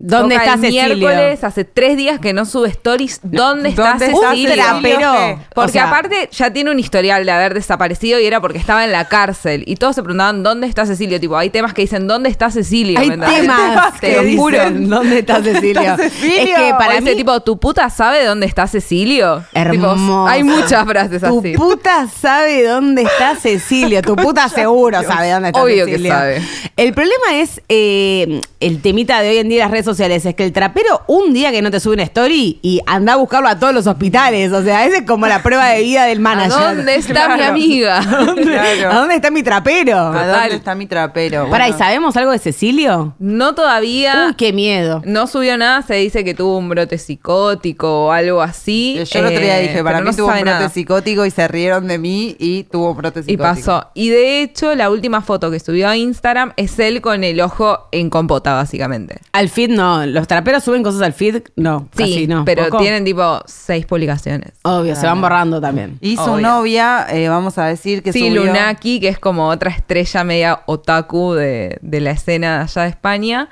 [SPEAKER 3] ¿Dónde
[SPEAKER 4] toca
[SPEAKER 3] está
[SPEAKER 4] el
[SPEAKER 3] Cecilio?
[SPEAKER 4] miércoles, hace tres días que no sube stories. ¿Dónde está
[SPEAKER 2] ¿Dónde
[SPEAKER 4] Cecilio?
[SPEAKER 2] está
[SPEAKER 3] Un trapero.
[SPEAKER 4] Porque
[SPEAKER 3] O sea,
[SPEAKER 4] aparte ya tiene un historial de haber desaparecido y era porque estaba en la cárcel. Y todos se preguntaban, ¿dónde está Cecilio? Tipo, hay temas que dicen, ¿dónde está Cecilio?
[SPEAKER 3] Hay
[SPEAKER 4] ¿Me entendés? (laughs)
[SPEAKER 3] temas
[SPEAKER 4] Te
[SPEAKER 3] que
[SPEAKER 4] lo juro.
[SPEAKER 3] dicen, ¿dónde está Cecilio?
[SPEAKER 2] ¿Dónde está Cecilio?
[SPEAKER 3] Es que
[SPEAKER 4] Para
[SPEAKER 3] para mí,
[SPEAKER 4] tipo, ¿tu puta sabe dónde está Cecilio?
[SPEAKER 3] Hermoso.
[SPEAKER 4] Tipo, hay muchas frases
[SPEAKER 3] tu
[SPEAKER 4] así.
[SPEAKER 3] puta sabe dónde está Cecilio. Tu
[SPEAKER 4] (laughs)
[SPEAKER 3] puta seguro sabe dónde está
[SPEAKER 4] Obvio que
[SPEAKER 3] Cecilio.
[SPEAKER 4] sabe.
[SPEAKER 3] El problema es eh, el temita de hoy en día de las redes sociales. Es que el trapero un día que no te sube una story y anda a buscarlo a todos los hospitales. O sea, esa es como la prueba de vida del
[SPEAKER 4] ¿A
[SPEAKER 3] manager.
[SPEAKER 4] dónde está mi
[SPEAKER 2] Claro.
[SPEAKER 4] amiga? Ah,
[SPEAKER 2] Claro.
[SPEAKER 3] (laughs) ¿A dónde está mi trapero?
[SPEAKER 2] ¿A
[SPEAKER 4] Total.
[SPEAKER 2] dónde está mi trapero?
[SPEAKER 3] Para, ¿y
[SPEAKER 2] Bueno,
[SPEAKER 3] sabemos algo de Cecilio?
[SPEAKER 4] No todavía.
[SPEAKER 3] Uy, qué miedo.
[SPEAKER 4] No subió nada, se dice que tuvo un brote psicótico o algo así.
[SPEAKER 2] Yo el otro día
[SPEAKER 4] eh,
[SPEAKER 2] dije, para
[SPEAKER 4] pero
[SPEAKER 2] mí
[SPEAKER 4] no se
[SPEAKER 2] tuvo un
[SPEAKER 4] sabe
[SPEAKER 2] brote
[SPEAKER 4] nada.
[SPEAKER 2] psicótico y se rieron de mí y tuvo un brote
[SPEAKER 4] Y
[SPEAKER 2] psicótico.
[SPEAKER 4] pasó. Y de hecho, la última foto que subió a Instagram es él con el ojo en compota, básicamente.
[SPEAKER 3] Al feed no. Los traperos suben cosas al feed, no.
[SPEAKER 4] Sí,
[SPEAKER 3] casi no.
[SPEAKER 4] pero
[SPEAKER 3] Poco.
[SPEAKER 4] tienen tipo seis publicaciones.
[SPEAKER 3] Obvio, se van borrando también.
[SPEAKER 2] Y su
[SPEAKER 4] Obvio.
[SPEAKER 2] novia, eh, vamos a decir que
[SPEAKER 4] sí,
[SPEAKER 2] subió...
[SPEAKER 4] Lunaki, que es como otra estrella media otaku de, de la escena allá de España.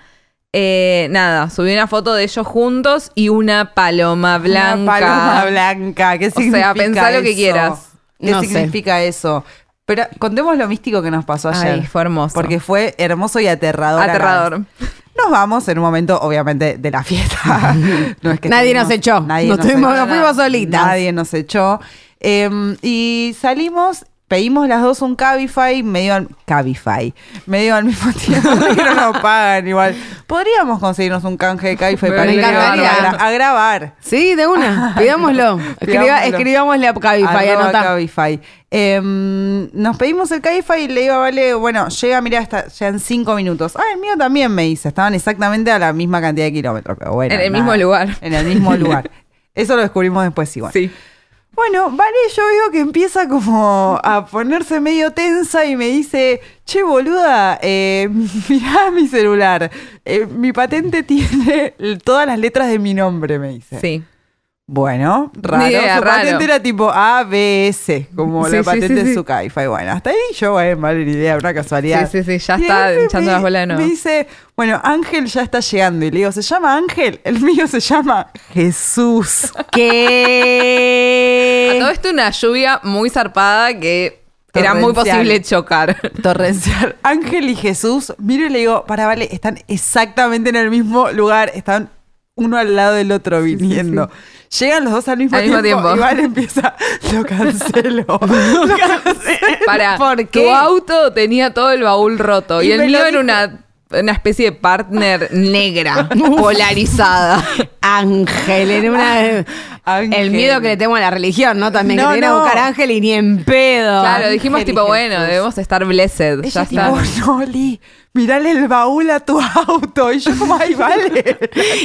[SPEAKER 4] Eh, nada, subió una foto de ellos juntos y una paloma blanca.
[SPEAKER 2] Una paloma blanca. ¿Qué
[SPEAKER 4] sea,
[SPEAKER 2] significa
[SPEAKER 4] pensá lo que
[SPEAKER 2] eso?
[SPEAKER 4] quieras.
[SPEAKER 2] ¿Qué
[SPEAKER 3] No sé.
[SPEAKER 2] significa eso? Pero contemos lo místico que nos pasó ayer.
[SPEAKER 4] Ay, fue hermoso.
[SPEAKER 2] Porque fue hermoso y aterrador. a la
[SPEAKER 4] Aterrador.
[SPEAKER 2] vez. Nos vamos en un momento, obviamente, de la fiesta. No es que
[SPEAKER 3] Nadie nos echó. Nos tuvimos- nos fuimos solitas.
[SPEAKER 2] Nadie nos echó. Em, y salimos, pedimos las dos un Cabify, medio al, Cabify, medio al mismo (laughs) tiempo. que no nos pagan igual. Podríamos conseguirnos un canje de Cabify
[SPEAKER 4] Me
[SPEAKER 2] para ir a
[SPEAKER 3] encantaría.
[SPEAKER 2] grabar, a grabar.
[SPEAKER 3] Sí, de una. Pidámoslo. Escriba,
[SPEAKER 2] Pidámoslo.
[SPEAKER 3] escribámosle a Cabify,
[SPEAKER 2] Arroba
[SPEAKER 3] anota.
[SPEAKER 2] Cabify. Em, nos pedimos el Cabify y le digo a Vale, bueno, llega, mira, está, llegan cinco minutos. Ah, el mío también me dice. Estaban exactamente a la misma cantidad de kilómetros. pero bueno,
[SPEAKER 4] En el mismo lugar.
[SPEAKER 2] En el mismo
[SPEAKER 4] (laughs)
[SPEAKER 2] lugar. Eso lo descubrimos después igual.
[SPEAKER 4] Sí.
[SPEAKER 2] Bueno, Vale, yo veo que empieza como a ponerse medio tensa y me dice, che, boluda, eh, (laughs) mirá mi celular. Eh, mi patente tiene todas las letras de mi nombre, me dice.
[SPEAKER 4] Sí.
[SPEAKER 2] Bueno, raro.
[SPEAKER 4] Idea,
[SPEAKER 2] su
[SPEAKER 4] raro.
[SPEAKER 2] patente era tipo ABS, como
[SPEAKER 4] Sí,
[SPEAKER 2] la
[SPEAKER 4] sí,
[SPEAKER 2] patente
[SPEAKER 4] sí, sí.
[SPEAKER 2] de Sucaifa. Y bueno, hasta ahí yo, bueno, mal ni idea, una casualidad.
[SPEAKER 4] Sí, sí, sí, ya
[SPEAKER 2] Y
[SPEAKER 4] está
[SPEAKER 2] él me-
[SPEAKER 4] hinchando las bolas de nuevo.
[SPEAKER 2] Me dice, bueno, Ángel ya está llegando. Y le digo, ¿se llama Ángel? El mío se llama
[SPEAKER 4] (laughs)
[SPEAKER 2] Jesús.
[SPEAKER 3] ¿Qué?
[SPEAKER 4] Todo esto una lluvia muy zarpada que era muy
[SPEAKER 2] Torrencial.
[SPEAKER 4] posible chocar.
[SPEAKER 2] (laughs) Torrencial. Ángel y Jesús, miro y le digo, para, vale, están exactamente en el mismo lugar, están uno al lado del otro viniendo. Llegan los dos al mismo,
[SPEAKER 4] Al mismo
[SPEAKER 2] tiempo,
[SPEAKER 4] tiempo.
[SPEAKER 2] y Vale empieza, lo cancelo.
[SPEAKER 4] (laughs)
[SPEAKER 2] lo cancelo.
[SPEAKER 4] Para,
[SPEAKER 3] ¿Por
[SPEAKER 4] tu
[SPEAKER 3] qué?
[SPEAKER 4] auto tenía todo el baúl roto y,
[SPEAKER 2] Y
[SPEAKER 4] el
[SPEAKER 2] me lo
[SPEAKER 4] mío era
[SPEAKER 2] dijo.
[SPEAKER 4] una, una especie de partner
[SPEAKER 2] (laughs)
[SPEAKER 4] negra, polarizada.
[SPEAKER 3] Ángel, en una-
[SPEAKER 2] Ángel.
[SPEAKER 3] el miedo que le tengo a la religión, ¿no? También
[SPEAKER 2] No,
[SPEAKER 3] que te viene
[SPEAKER 2] no.
[SPEAKER 3] a buscar ángel y ni en pedo.
[SPEAKER 4] Claro, dijimos
[SPEAKER 2] Ángel y
[SPEAKER 4] tipo, bueno,
[SPEAKER 2] Jesús.
[SPEAKER 4] debemos estar blessed.
[SPEAKER 2] Ella
[SPEAKER 4] Pues ya
[SPEAKER 2] tipo,
[SPEAKER 4] está.
[SPEAKER 2] no, Li, mirale el baúl a tu auto. Y yo como, ay, vale.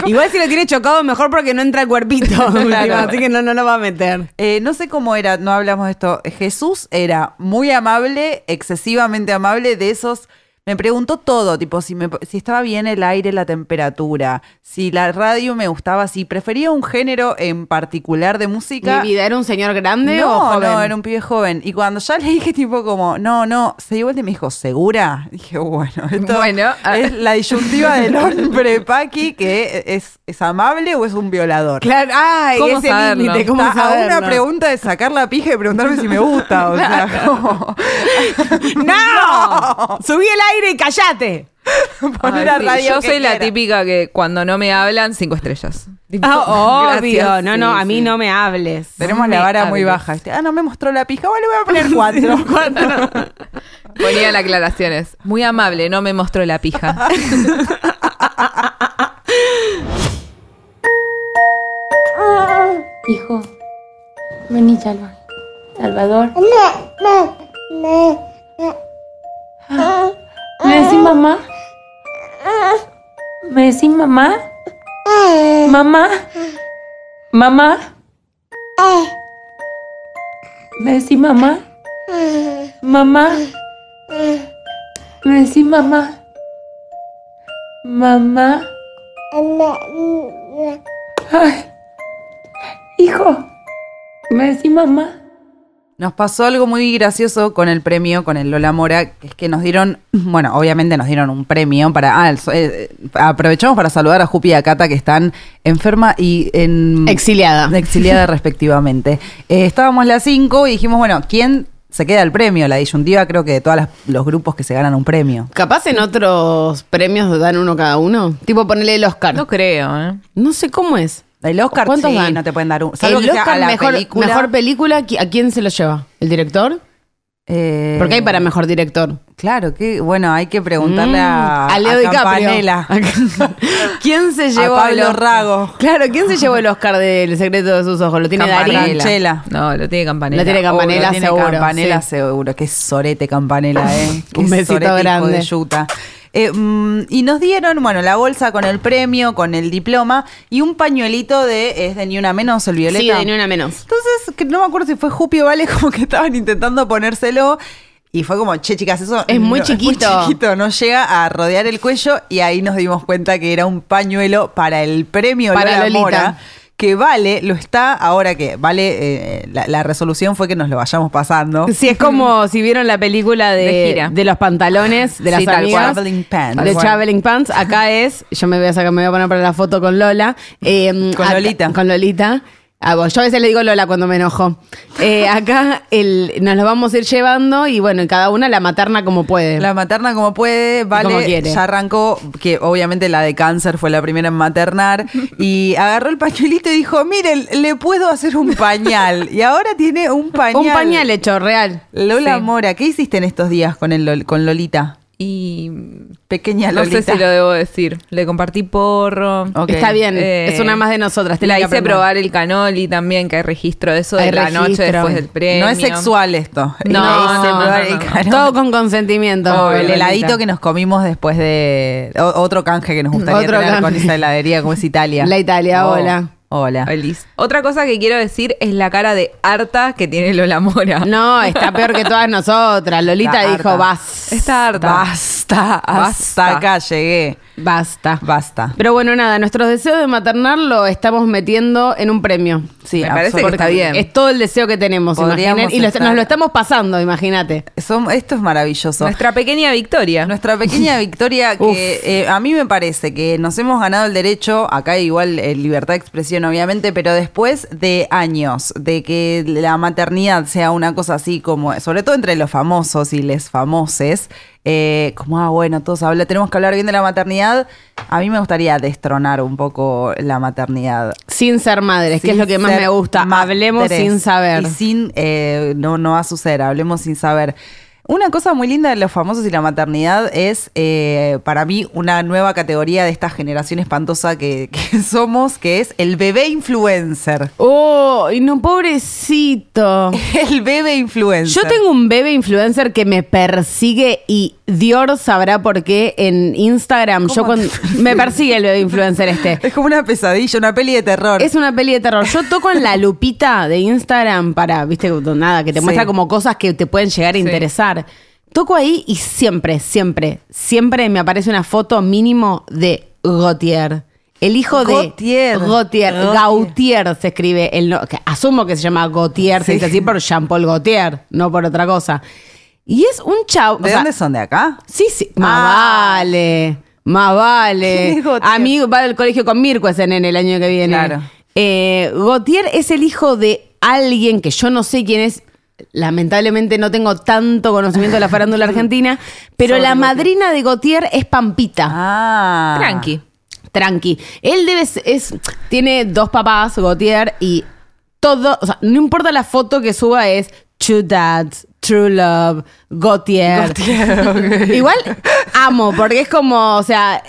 [SPEAKER 3] Igual si lo tiene chocado, mejor porque no entra el cuerpito.
[SPEAKER 2] Claro.
[SPEAKER 3] Así que no, no lo va a meter.
[SPEAKER 2] Eh, no sé cómo era, no hablamos de esto. Jesús era muy amable, excesivamente amable, de esos. Me preguntó todo, tipo, si, me- si estaba bien el aire, la temperatura, si la radio me gustaba, si prefería un género en particular de música.
[SPEAKER 3] ¿Mi vida era un señor grande
[SPEAKER 2] no,
[SPEAKER 3] o joven?
[SPEAKER 2] no, era un pibe joven. Y cuando ya le dije, tipo, como, no, no, se dio vuelta y me dijo, ¿segura? Dije, bueno, esto
[SPEAKER 4] Bueno, ah.
[SPEAKER 2] es la disyuntiva del hombre Paqui, que es, es amable o es un violador.
[SPEAKER 3] Claro, ay,
[SPEAKER 4] ¿Cómo
[SPEAKER 3] ese
[SPEAKER 4] saberlo?
[SPEAKER 3] límite, ¿cómo
[SPEAKER 2] Está a
[SPEAKER 3] saberlo?
[SPEAKER 2] una pregunta de sacar la pija y preguntarme si me gusta. O sea,
[SPEAKER 4] (laughs)
[SPEAKER 2] como
[SPEAKER 3] ¡No! Subí el aire y callate.
[SPEAKER 2] (laughs) poner
[SPEAKER 4] Ay,
[SPEAKER 2] a
[SPEAKER 4] sí,
[SPEAKER 2] radio.
[SPEAKER 4] Yo
[SPEAKER 2] que
[SPEAKER 4] soy la
[SPEAKER 2] quiera.
[SPEAKER 4] típica que cuando no me hablan, cinco estrellas. Tipo,
[SPEAKER 3] Ah, (laughs) obvio.
[SPEAKER 4] gracias.
[SPEAKER 3] no, no,
[SPEAKER 2] sí,
[SPEAKER 3] a mí
[SPEAKER 2] sí.
[SPEAKER 3] no me hables.
[SPEAKER 2] Tenemos la
[SPEAKER 4] Me
[SPEAKER 2] vara muy
[SPEAKER 4] hables.
[SPEAKER 2] baja. Este, ah, no me mostró la pija. Bueno, le voy a poner
[SPEAKER 4] (laughs)
[SPEAKER 2] cuatro.
[SPEAKER 4] Ponía las aclaraciones. Muy amable, no me mostró
[SPEAKER 3] (laughs)
[SPEAKER 4] la pija.
[SPEAKER 5] Hijo, vení, Salva. Salvador. ¿Me decís mamá? ¿Me decís mamá? ¿Mamá? ¿Mamá? ¿Me decís mamá? ¿Mamá? ¿Me decís mamá? ¿Mamá? Ay. Hijo, ¿me decís mamá?
[SPEAKER 2] Nos pasó algo muy gracioso con el premio, con el Lola Mora, que es que nos dieron, (clears throat) bueno, obviamente nos dieron un premio para... Ah, el so- eh, eh, aprovechamos para saludar a Jupi y a Cata, que están enferma y en...
[SPEAKER 3] Exiliada. (laughs)
[SPEAKER 2] Exiliada respectivamente. Eh, estábamos las 5 y dijimos, bueno, ¿quién se queda el premio? La disyuntiva creo que de todos los grupos que se ganan un premio.
[SPEAKER 3] Capaz en otros premios dan uno cada uno. Tipo ponerle el Oscar.
[SPEAKER 4] No
[SPEAKER 3] No,
[SPEAKER 4] creo, ¿eh?
[SPEAKER 3] sé cómo es.
[SPEAKER 2] El Oscar
[SPEAKER 3] ¿Cuántos
[SPEAKER 2] sí,
[SPEAKER 3] dan?
[SPEAKER 2] no te pueden dar un... Salvo
[SPEAKER 3] el
[SPEAKER 2] que sea
[SPEAKER 3] Oscar
[SPEAKER 2] a la
[SPEAKER 3] mejor,
[SPEAKER 2] película.
[SPEAKER 3] mejor película, ¿qui- ¿a quién se lo lleva? ¿El director?
[SPEAKER 2] Eh,
[SPEAKER 3] Porque hay para mejor director.
[SPEAKER 2] Claro, que bueno, hay que preguntarle a...
[SPEAKER 3] Mm, a Leo DiCaprio.
[SPEAKER 2] Campanella.
[SPEAKER 3] (laughs) ¿Quién se llevó
[SPEAKER 2] Pablo
[SPEAKER 3] el Oscar?
[SPEAKER 2] Rago.
[SPEAKER 3] Claro, ¿quién se llevó el Oscar del secreto de sus ojos? ¿Lo tiene Darín?
[SPEAKER 2] Campanella. Chela.
[SPEAKER 4] No, lo tiene campanela.
[SPEAKER 3] Lo tiene Campanella,
[SPEAKER 2] Obvio, tiene
[SPEAKER 3] seguro,
[SPEAKER 2] Campanella
[SPEAKER 3] sí.
[SPEAKER 2] seguro. Qué sorete
[SPEAKER 3] (laughs)
[SPEAKER 2] Campanella, ¿eh? Qué
[SPEAKER 3] Un besito
[SPEAKER 2] sorete, hijo
[SPEAKER 3] grande.
[SPEAKER 2] de yuta. Eh, mm, y nos dieron, bueno, la bolsa con el premio, con el diploma y un pañuelito de, es de ni una menos, el violeta.
[SPEAKER 3] Sí, de ni una menos.
[SPEAKER 2] Entonces, que no me acuerdo si fue Jupi o Vale (laughs) como que estaban intentando ponérselo. Y fue como, che, chicas, eso
[SPEAKER 3] Es muy
[SPEAKER 2] no-
[SPEAKER 3] chiquito.
[SPEAKER 2] muy chiquito, no llega a rodear el cuello. Y ahí nos dimos cuenta que era un pañuelo para el premio
[SPEAKER 3] Para
[SPEAKER 2] Lola
[SPEAKER 3] Lolita.
[SPEAKER 2] Mora. Que Vale lo está ahora que Vale, eh, la, la resolución fue que nos lo vayamos pasando.
[SPEAKER 3] Sí,
[SPEAKER 2] (laughs)
[SPEAKER 3] es como si vieron la película de,
[SPEAKER 4] De gira.
[SPEAKER 3] de los pantalones, de las
[SPEAKER 4] Sí, tal
[SPEAKER 3] amigas.
[SPEAKER 4] cual.
[SPEAKER 2] Traveling Pants.
[SPEAKER 3] De
[SPEAKER 2] Tal cual.
[SPEAKER 3] Traveling Pants. Acá es, yo me voy a sacar, me voy a poner para la foto con Lola. Eh,
[SPEAKER 2] Con
[SPEAKER 3] acá-
[SPEAKER 2] Lolita.
[SPEAKER 3] Con Lolita. Ah, bueno, yo a veces le digo Lola cuando me enojo. Eh, acá el, nos lo vamos a ir llevando y bueno, cada una la materna como puede.
[SPEAKER 2] La materna como puede, vale,
[SPEAKER 3] como quiere.
[SPEAKER 2] ya arrancó, que obviamente la de cáncer fue la primera en
[SPEAKER 3] (laughs)
[SPEAKER 2] maternar, y agarró el pañuelito y dijo, miren, le puedo hacer un pañal. Y ahora tiene un pañal.
[SPEAKER 3] Un pañal hecho real.
[SPEAKER 2] Lola
[SPEAKER 4] Sí.
[SPEAKER 2] Mora, ¿qué hiciste en estos días con, el Lol- con Lolita?
[SPEAKER 4] Y
[SPEAKER 2] Pequeña
[SPEAKER 4] no
[SPEAKER 2] Lolita.
[SPEAKER 4] sé si lo debo decir. Le compartí porro.
[SPEAKER 2] Ok.
[SPEAKER 3] Está bien,
[SPEAKER 4] Eh,
[SPEAKER 3] es una más de nosotras. tenés
[SPEAKER 4] La
[SPEAKER 3] que
[SPEAKER 4] hice
[SPEAKER 3] aprender.
[SPEAKER 4] probar el canoli también, que hay registro de eso de
[SPEAKER 3] Hay
[SPEAKER 4] la noche
[SPEAKER 3] registro.
[SPEAKER 4] después del premio.
[SPEAKER 2] No es sexual esto.
[SPEAKER 4] No,
[SPEAKER 2] Le hice
[SPEAKER 4] no,
[SPEAKER 2] probar
[SPEAKER 4] no,
[SPEAKER 2] el
[SPEAKER 4] no, no.
[SPEAKER 2] caro-
[SPEAKER 3] Todo con consentimiento.
[SPEAKER 2] Obvio, el
[SPEAKER 3] Lolita.
[SPEAKER 2] heladito que nos comimos después de o- otro canje que nos gustaría
[SPEAKER 3] Otro
[SPEAKER 2] tener con
[SPEAKER 3] canje.
[SPEAKER 2] esa heladería como es Italia. Oh,
[SPEAKER 3] La Italia, hola.
[SPEAKER 2] Hola.
[SPEAKER 4] Feliz. Otra cosa que quiero decir es la cara de harta que tiene Lola Mora.
[SPEAKER 3] No, está peor que todas nosotras. Lolita
[SPEAKER 2] Está
[SPEAKER 3] dijo,
[SPEAKER 2] harta.
[SPEAKER 3] vas.
[SPEAKER 4] Está harta.
[SPEAKER 2] Basta, hasta
[SPEAKER 4] Basta.
[SPEAKER 2] acá llegué.
[SPEAKER 3] Basta.
[SPEAKER 2] Basta.
[SPEAKER 3] Pero bueno, nada, nuestro deseo de maternar lo estamos metiendo en un premio.
[SPEAKER 2] Sí,
[SPEAKER 4] Me parece que
[SPEAKER 2] absolutamente.
[SPEAKER 4] está bien.
[SPEAKER 3] Es todo el deseo que tenemos,
[SPEAKER 2] Podríamos
[SPEAKER 3] imaginen. Y lo-
[SPEAKER 2] estar-
[SPEAKER 3] nos lo estamos pasando, imagínate.
[SPEAKER 2] Som- esto es maravilloso.
[SPEAKER 4] Nuestra pequeña victoria.
[SPEAKER 2] Nuestra pequeña victoria
[SPEAKER 3] Uf.
[SPEAKER 2] que eh, a mí me parece que nos hemos ganado el derecho, acá igual eh, libertad de expresión obviamente, pero después de años de que la maternidad sea una cosa así como, sobre todo entre los famosos y les famoses, eh, como, ah, bueno, todos hablan, tenemos que hablar bien de la maternidad, a mí me gustaría destronar un poco la maternidad.
[SPEAKER 3] Sin ser madres, que es
[SPEAKER 2] Sin
[SPEAKER 3] lo que más
[SPEAKER 2] ser
[SPEAKER 3] me gusta.
[SPEAKER 2] madres.
[SPEAKER 3] Hablemos sin saber.
[SPEAKER 2] Y sin, eh, no, no va a suceder, hablemos sin saber. Una cosa muy linda de los famosos y la maternidad es, eh, para mí, una nueva categoría de esta generación espantosa que, que (laughs) somos, que es el bebé influencer.
[SPEAKER 3] (laughs) Oh, y no, pobrecito.
[SPEAKER 2] El bebé influencer.
[SPEAKER 3] Yo tengo un bebé influencer que me persigue y Dior sabrá por qué en Instagram. Yo cuando me persigue el bebé
[SPEAKER 2] (laughs)
[SPEAKER 3] influencer este.
[SPEAKER 2] Es como una pesadilla, una peli de terror.
[SPEAKER 3] Es una peli de terror. Yo toco en la lupita de Instagram para, viste, nada, que te
[SPEAKER 2] Sí.
[SPEAKER 3] muestra como cosas que te pueden llegar a
[SPEAKER 4] Sí.
[SPEAKER 3] interesar. Toco ahí y siempre, siempre, siempre me aparece una foto mínimo de Gautier. El hijo de
[SPEAKER 2] Gautier.
[SPEAKER 3] Gautier.
[SPEAKER 2] Gautier.
[SPEAKER 3] Gautier se escribe. El no- que asumo que se llama Gautier,
[SPEAKER 2] Sí.
[SPEAKER 3] se dice así por Jean-Paul Gautier, no por otra cosa. Y es un chavo.
[SPEAKER 2] ¿De dónde son? ¿De acá?
[SPEAKER 3] Sí, sí. Más
[SPEAKER 2] Ah.
[SPEAKER 3] vale.
[SPEAKER 2] (laughs)
[SPEAKER 3] Más
[SPEAKER 2] ¿Quién
[SPEAKER 3] vale.
[SPEAKER 2] es Gautier?
[SPEAKER 3] Amigo, va al colegio con Mirko ese nene el año que viene.
[SPEAKER 2] Claro.
[SPEAKER 3] Eh, Gautier es el hijo de alguien que yo no sé quién es. Lamentablemente no tengo tanto conocimiento de
[SPEAKER 2] (laughs)
[SPEAKER 3] la farándula argentina, pero
[SPEAKER 2] Sobre
[SPEAKER 3] la
[SPEAKER 2] Gautier.
[SPEAKER 3] madrina de Gautier es Pampita.
[SPEAKER 2] Ah.
[SPEAKER 4] Tranqui.
[SPEAKER 3] Tranqui. Él debe s- es, tiene dos papás, Gautier, y todo, o sea, no importa la foto que suba es True Dads, True Love, Gautier. (laughs) Igual amo, porque es como, o sea,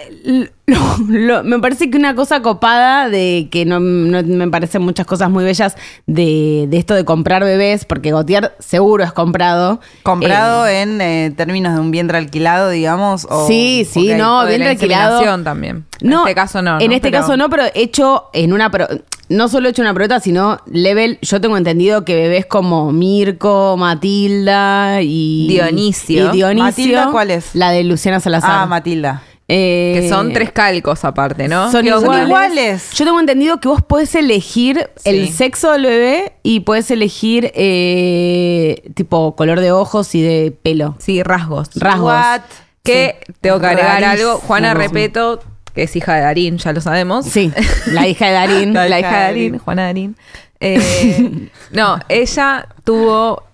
[SPEAKER 3] lo- lo- me parece que una cosa copada de que no, no- me parecen muchas cosas muy bellas de, de esto de comprar bebés, porque Gautier seguro es comprado.
[SPEAKER 2] Comprado en eh, términos de un vientre alquilado, digamos. o-
[SPEAKER 3] Sí, sí,
[SPEAKER 2] ok.
[SPEAKER 3] no,
[SPEAKER 4] O de
[SPEAKER 3] bien
[SPEAKER 4] la
[SPEAKER 3] alquilado.
[SPEAKER 4] inseminación también. en este caso no.
[SPEAKER 3] En
[SPEAKER 4] ¿no?
[SPEAKER 3] este
[SPEAKER 4] Pero-
[SPEAKER 3] caso no, pero hecho en una. pro- no solo hecho una pelota, sino level. Yo tengo entendido que bebés como Mirko, Matilda y.
[SPEAKER 4] Dionisio.
[SPEAKER 3] y Dionisio.
[SPEAKER 2] ¿Matilda cuál es?
[SPEAKER 3] La de Luciana Salazar.
[SPEAKER 2] Ah, Matilda.
[SPEAKER 3] Eh,
[SPEAKER 4] Que son tres calcos aparte, ¿no?
[SPEAKER 3] Son
[SPEAKER 4] Que
[SPEAKER 3] iguales.
[SPEAKER 2] iguales.
[SPEAKER 3] Yo tengo entendido que vos podés elegir el
[SPEAKER 4] Sí.
[SPEAKER 3] sexo del bebé y podés elegir eh, tipo color de ojos y de pelo.
[SPEAKER 4] Sí, rasgos.
[SPEAKER 3] Rasgos.
[SPEAKER 2] What?
[SPEAKER 4] Que tengo que agregar
[SPEAKER 3] Rarísimo.
[SPEAKER 4] algo. Juana Repeto, que es hija de Darín, ya lo sabemos.
[SPEAKER 3] Sí, la hija de Darín.
[SPEAKER 4] (laughs) la, hija de Darín, Juana Darín. Eh, no, ella tuvo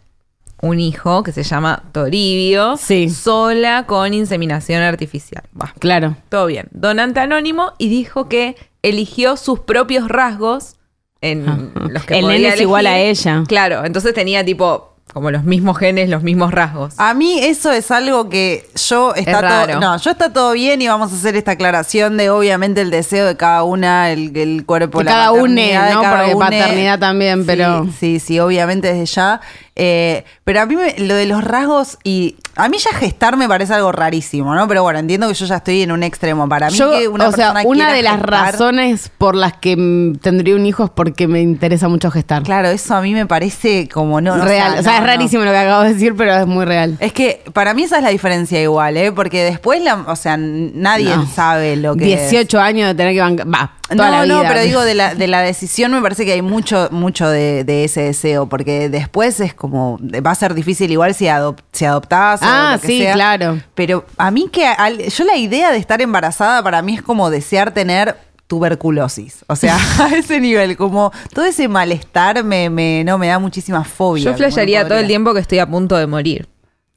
[SPEAKER 4] un hijo que se llama Toribio,
[SPEAKER 3] Sí.
[SPEAKER 4] sola con inseminación artificial. Va,
[SPEAKER 3] Claro.
[SPEAKER 4] todo bien. Donante anónimo y dijo que eligió sus propios rasgos en los que
[SPEAKER 3] El
[SPEAKER 4] podía
[SPEAKER 3] nene es
[SPEAKER 4] elegir.
[SPEAKER 3] igual a ella.
[SPEAKER 4] Claro, entonces tenía tipo como los mismos genes, los mismos rasgos.
[SPEAKER 2] A mí eso es algo que yo está
[SPEAKER 4] Es
[SPEAKER 2] todo,
[SPEAKER 4] raro.
[SPEAKER 2] no, yo está todo bien y vamos a hacer esta aclaración de obviamente el deseo de cada una, el, el cuerpo,
[SPEAKER 3] De
[SPEAKER 2] la
[SPEAKER 3] cada une,
[SPEAKER 2] maternidad, de
[SPEAKER 3] ¿no?
[SPEAKER 2] cada
[SPEAKER 3] Porque
[SPEAKER 2] une.
[SPEAKER 3] paternidad también,
[SPEAKER 2] Sí,
[SPEAKER 3] pero-
[SPEAKER 2] sí, sí, obviamente desde ya. Eh, pero a mí me- lo de los rasgos y a mí ya gestar me parece algo rarísimo, ¿no? Pero bueno, entiendo que yo ya estoy en un extremo. Para mí
[SPEAKER 3] Yo,
[SPEAKER 2] que una
[SPEAKER 3] o sea,
[SPEAKER 2] persona
[SPEAKER 3] una
[SPEAKER 2] quiera
[SPEAKER 3] de las
[SPEAKER 2] gestar-
[SPEAKER 3] razones por las que mm, tendría un hijo es porque me interesa mucho gestar.
[SPEAKER 2] Claro, eso a mí me parece como no
[SPEAKER 3] real. O sea, es
[SPEAKER 2] no, no.
[SPEAKER 3] rarísimo lo que acabo de decir, pero es muy real.
[SPEAKER 2] Es que para mí esa es la diferencia igual, ¿eh? Porque después, la, o sea, n- nadie
[SPEAKER 3] No.
[SPEAKER 2] sabe lo que es.
[SPEAKER 3] 18 años de tener que bancar. Va,
[SPEAKER 2] no,
[SPEAKER 3] toda la
[SPEAKER 2] no,
[SPEAKER 3] vida.
[SPEAKER 2] pero digo, de la, de la decisión me parece que hay mucho, mucho de, de ese deseo, porque después es como, va a ser difícil igual si, adop- si adoptás o
[SPEAKER 3] Ah,
[SPEAKER 2] lo que
[SPEAKER 3] sí,
[SPEAKER 2] sea.
[SPEAKER 3] claro.
[SPEAKER 2] Pero a mí que, al- yo la idea de estar embarazada para mí es como desear tener tuberculosis, o
[SPEAKER 3] (laughs)
[SPEAKER 2] sea, a ese nivel, como todo ese malestar me, me, no, me da muchísima fobia.
[SPEAKER 4] Yo
[SPEAKER 2] como no
[SPEAKER 4] flashearía todo el
[SPEAKER 2] podría.
[SPEAKER 4] tiempo que estoy a punto de morir.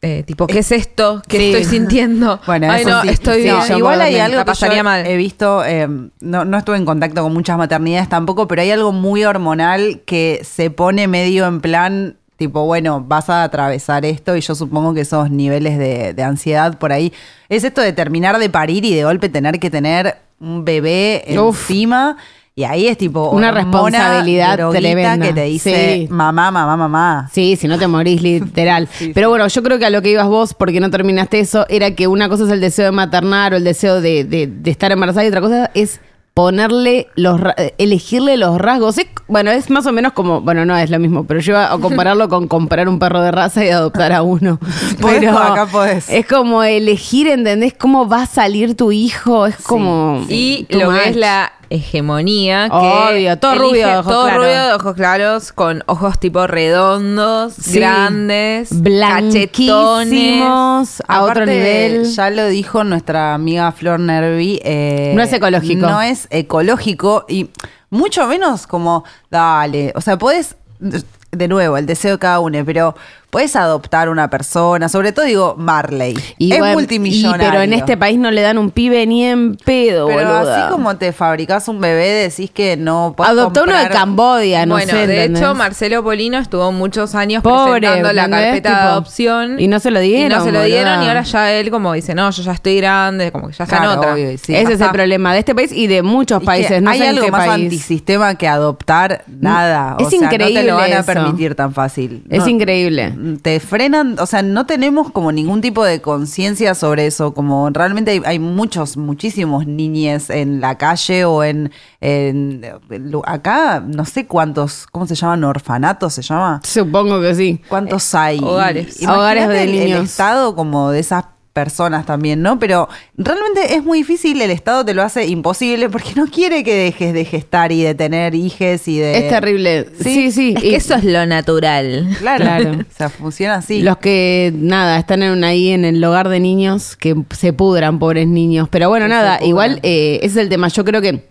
[SPEAKER 4] Eh, tipo, ¿qué es esto? ¿Qué
[SPEAKER 3] Sí.
[SPEAKER 4] estoy sintiendo?
[SPEAKER 2] (laughs) Bueno,
[SPEAKER 4] Ay,
[SPEAKER 2] eso
[SPEAKER 4] no,
[SPEAKER 2] sí.
[SPEAKER 4] estoy
[SPEAKER 2] Sí,
[SPEAKER 4] bien.
[SPEAKER 2] yo Igual hay
[SPEAKER 4] me
[SPEAKER 2] algo
[SPEAKER 4] la
[SPEAKER 2] que
[SPEAKER 4] pasaría
[SPEAKER 2] yo
[SPEAKER 4] mal.
[SPEAKER 2] he visto, eh, no, no estuve en contacto con muchas maternidades tampoco, pero hay algo muy hormonal que se pone medio en plan, tipo, bueno, vas a atravesar esto y yo supongo que esos niveles de, de ansiedad por ahí, es esto de terminar de parir y de golpe tener que tener un bebé
[SPEAKER 3] Uf.
[SPEAKER 2] encima. Y ahí es tipo
[SPEAKER 3] Una
[SPEAKER 2] hormona,
[SPEAKER 3] responsabilidad
[SPEAKER 2] droguita
[SPEAKER 3] tremenda.
[SPEAKER 2] que te dice
[SPEAKER 3] Sí.
[SPEAKER 2] mamá, mamá, mamá.
[SPEAKER 3] Sí, si no te morís
[SPEAKER 4] (laughs)
[SPEAKER 3] literal. Pero bueno, yo creo que a lo que ibas vos, porque no terminaste eso, era que una cosa es el deseo de maternar o el deseo de, de- de estar embarazada y otra cosa es ponerle los ra- eh, elegirle los rasgos. Es- bueno, es más o menos como, bueno, no es lo mismo, pero yo iba a compararlo con comprar un perro de raza y adoptar a uno.
[SPEAKER 4] (laughs)
[SPEAKER 2] ¿Ves?
[SPEAKER 3] Pero
[SPEAKER 2] Acá podés.
[SPEAKER 3] es como elegir, ¿entendés? Cómo va a salir tu hijo, es como
[SPEAKER 4] Y
[SPEAKER 3] too
[SPEAKER 4] lo
[SPEAKER 3] much.
[SPEAKER 4] que es la hegemonía. Que
[SPEAKER 3] Obvio, todo rubio de ojos
[SPEAKER 4] todo
[SPEAKER 3] claros.
[SPEAKER 4] rubio de ojos claros, con ojos tipo redondos,
[SPEAKER 3] Sí.
[SPEAKER 4] grandes, cachetones.
[SPEAKER 3] blanquísimos a otro
[SPEAKER 2] Aparte,
[SPEAKER 3] nivel.
[SPEAKER 2] Ya lo dijo nuestra amiga Flor Nervi. eh,
[SPEAKER 3] No es ecológico.
[SPEAKER 2] No es ecológico y mucho menos como, dale, o sea, podés, de nuevo, el deseo de cada uno, pero podés adoptar una persona, sobre todo digo Marley.
[SPEAKER 3] Y
[SPEAKER 2] es
[SPEAKER 3] bueno,
[SPEAKER 2] multimillonario.
[SPEAKER 3] y pero en este país no le dan un pibe ni en pedo,
[SPEAKER 2] Pero
[SPEAKER 3] boluda.
[SPEAKER 2] así como te fabricás un bebé, decís que no podés
[SPEAKER 3] Adoptó uno de
[SPEAKER 2] comprar-
[SPEAKER 3] Cambodia, no
[SPEAKER 4] bueno,
[SPEAKER 3] sé.
[SPEAKER 4] de
[SPEAKER 3] ¿entendés?
[SPEAKER 4] hecho, Marcelo Polino estuvo muchos años
[SPEAKER 3] Pobre,
[SPEAKER 4] presentando la
[SPEAKER 3] ¿entendés?
[SPEAKER 4] carpeta
[SPEAKER 3] Tipo,
[SPEAKER 4] de adopción.
[SPEAKER 3] y no se lo
[SPEAKER 4] Y
[SPEAKER 3] dieron,
[SPEAKER 4] no se lo dieron,
[SPEAKER 3] boluda.
[SPEAKER 4] y ahora ya él como dice, no, yo ya estoy grande, como que ya está en
[SPEAKER 2] Claro,
[SPEAKER 4] otra.
[SPEAKER 2] obvio, y sí.
[SPEAKER 3] Ese
[SPEAKER 2] ya
[SPEAKER 3] es el
[SPEAKER 2] está.
[SPEAKER 3] problema de este país y de muchos
[SPEAKER 2] Es que
[SPEAKER 3] países. No
[SPEAKER 2] hay
[SPEAKER 3] sé en
[SPEAKER 2] algo
[SPEAKER 3] qué
[SPEAKER 2] más
[SPEAKER 3] país.
[SPEAKER 2] antisistema que adoptar nada.
[SPEAKER 3] Es
[SPEAKER 2] o sea, No te
[SPEAKER 3] increíble
[SPEAKER 2] lo van a
[SPEAKER 3] eso.
[SPEAKER 2] permitir tan fácil.
[SPEAKER 3] Es
[SPEAKER 2] No,
[SPEAKER 3] increíble.
[SPEAKER 2] Te frenan, o sea, no tenemos como ningún tipo de conciencia sobre eso. Como realmente hay, hay muchos, muchísimos niñes en la calle o en, en- acá no sé cuántos, ¿cómo se llaman? ¿Orfanatos se llama?
[SPEAKER 3] Supongo que sí.
[SPEAKER 2] ¿Cuántos hay?
[SPEAKER 4] Hogares.
[SPEAKER 2] Imagínate
[SPEAKER 3] Eh, Hogares de
[SPEAKER 2] el-
[SPEAKER 3] niños.
[SPEAKER 2] El Estado como de esas personas también, ¿no? Pero realmente es muy difícil, el Estado te lo hace imposible porque no quiere que dejes de gestar y de tener hijes y de...
[SPEAKER 3] es terrible. Sí, sí.
[SPEAKER 4] Es
[SPEAKER 3] y
[SPEAKER 4] que eso es lo natural.
[SPEAKER 2] Claro.
[SPEAKER 3] Claro.
[SPEAKER 2] o sea, funciona así.
[SPEAKER 3] Los que, nada, están en, ahí en el hogar de niños, que se pudran, pobres niños. Pero bueno,
[SPEAKER 2] Que se
[SPEAKER 3] nada,
[SPEAKER 2] pudran.
[SPEAKER 3] igual eh, ese es el tema. Yo creo que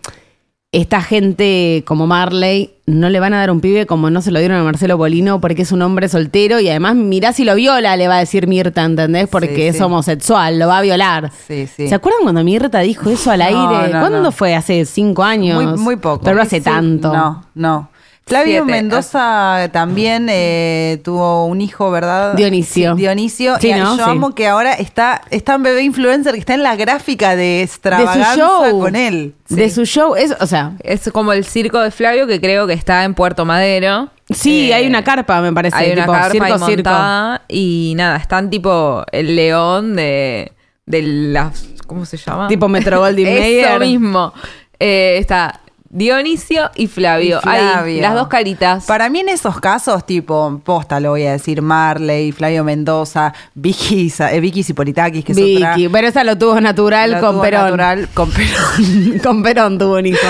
[SPEAKER 3] esta gente como Marley no le van a dar un pibe como no se lo dieron a Marcelo Polino porque es un hombre soltero y además mirá si lo viola, le va a decir Mirta, ¿entendés? Porque
[SPEAKER 2] Sí,
[SPEAKER 3] es
[SPEAKER 2] sí.
[SPEAKER 3] homosexual, lo va a violar.
[SPEAKER 2] Sí, sí.
[SPEAKER 3] ¿Se acuerdan cuando Mirta dijo eso al
[SPEAKER 2] No,
[SPEAKER 3] aire?
[SPEAKER 2] no,
[SPEAKER 3] ¿Cuándo
[SPEAKER 2] no.
[SPEAKER 3] fue? ¿Hace cinco años?
[SPEAKER 2] muy, muy poco.
[SPEAKER 3] Pero no hace
[SPEAKER 2] Sí,
[SPEAKER 3] tanto.
[SPEAKER 2] No, no. Flavio
[SPEAKER 4] Siete.
[SPEAKER 2] Mendoza también eh, tuvo un hijo, ¿verdad?
[SPEAKER 3] Dionisio.
[SPEAKER 2] Sí, Dionisio.
[SPEAKER 3] Sí,
[SPEAKER 2] y
[SPEAKER 3] ¿no?
[SPEAKER 2] yo
[SPEAKER 3] Sí.
[SPEAKER 2] amo que ahora está, está un bebé influencer que está en la gráfica de
[SPEAKER 3] De su
[SPEAKER 2] extravaganza
[SPEAKER 3] show.
[SPEAKER 2] con él.
[SPEAKER 3] De
[SPEAKER 2] Sí.
[SPEAKER 3] su show. Es, o sea,
[SPEAKER 4] Es como el circo de Flavio que creo que está en Puerto Madero.
[SPEAKER 3] Sí,
[SPEAKER 4] Eh,
[SPEAKER 3] hay una carpa, me parece.
[SPEAKER 4] Hay una
[SPEAKER 3] tipo,
[SPEAKER 4] carpa
[SPEAKER 3] circo,
[SPEAKER 4] ahí montada y nada, están tipo el león de, de las... ¿Cómo se llama?
[SPEAKER 3] Tipo Metro (laughs) Goldwyn
[SPEAKER 4] Eso
[SPEAKER 3] Mayer.
[SPEAKER 4] mismo. Eh, está Dionisio y Flavio.
[SPEAKER 2] Y Flavio.
[SPEAKER 4] Ahí, las dos caritas.
[SPEAKER 2] Para mí en esos casos, tipo, posta lo voy a decir, Marley, Flavio Mendoza, Vicky, Sa- eh, Vicky Sipolitakis, que
[SPEAKER 3] circo.
[SPEAKER 2] es otra...
[SPEAKER 3] Vicky, pero esa lo tuvo natural
[SPEAKER 2] la
[SPEAKER 3] con
[SPEAKER 2] tuvo
[SPEAKER 3] Perón.
[SPEAKER 2] natural, con Perón.
[SPEAKER 3] (laughs) con Perón tuvo un hijo.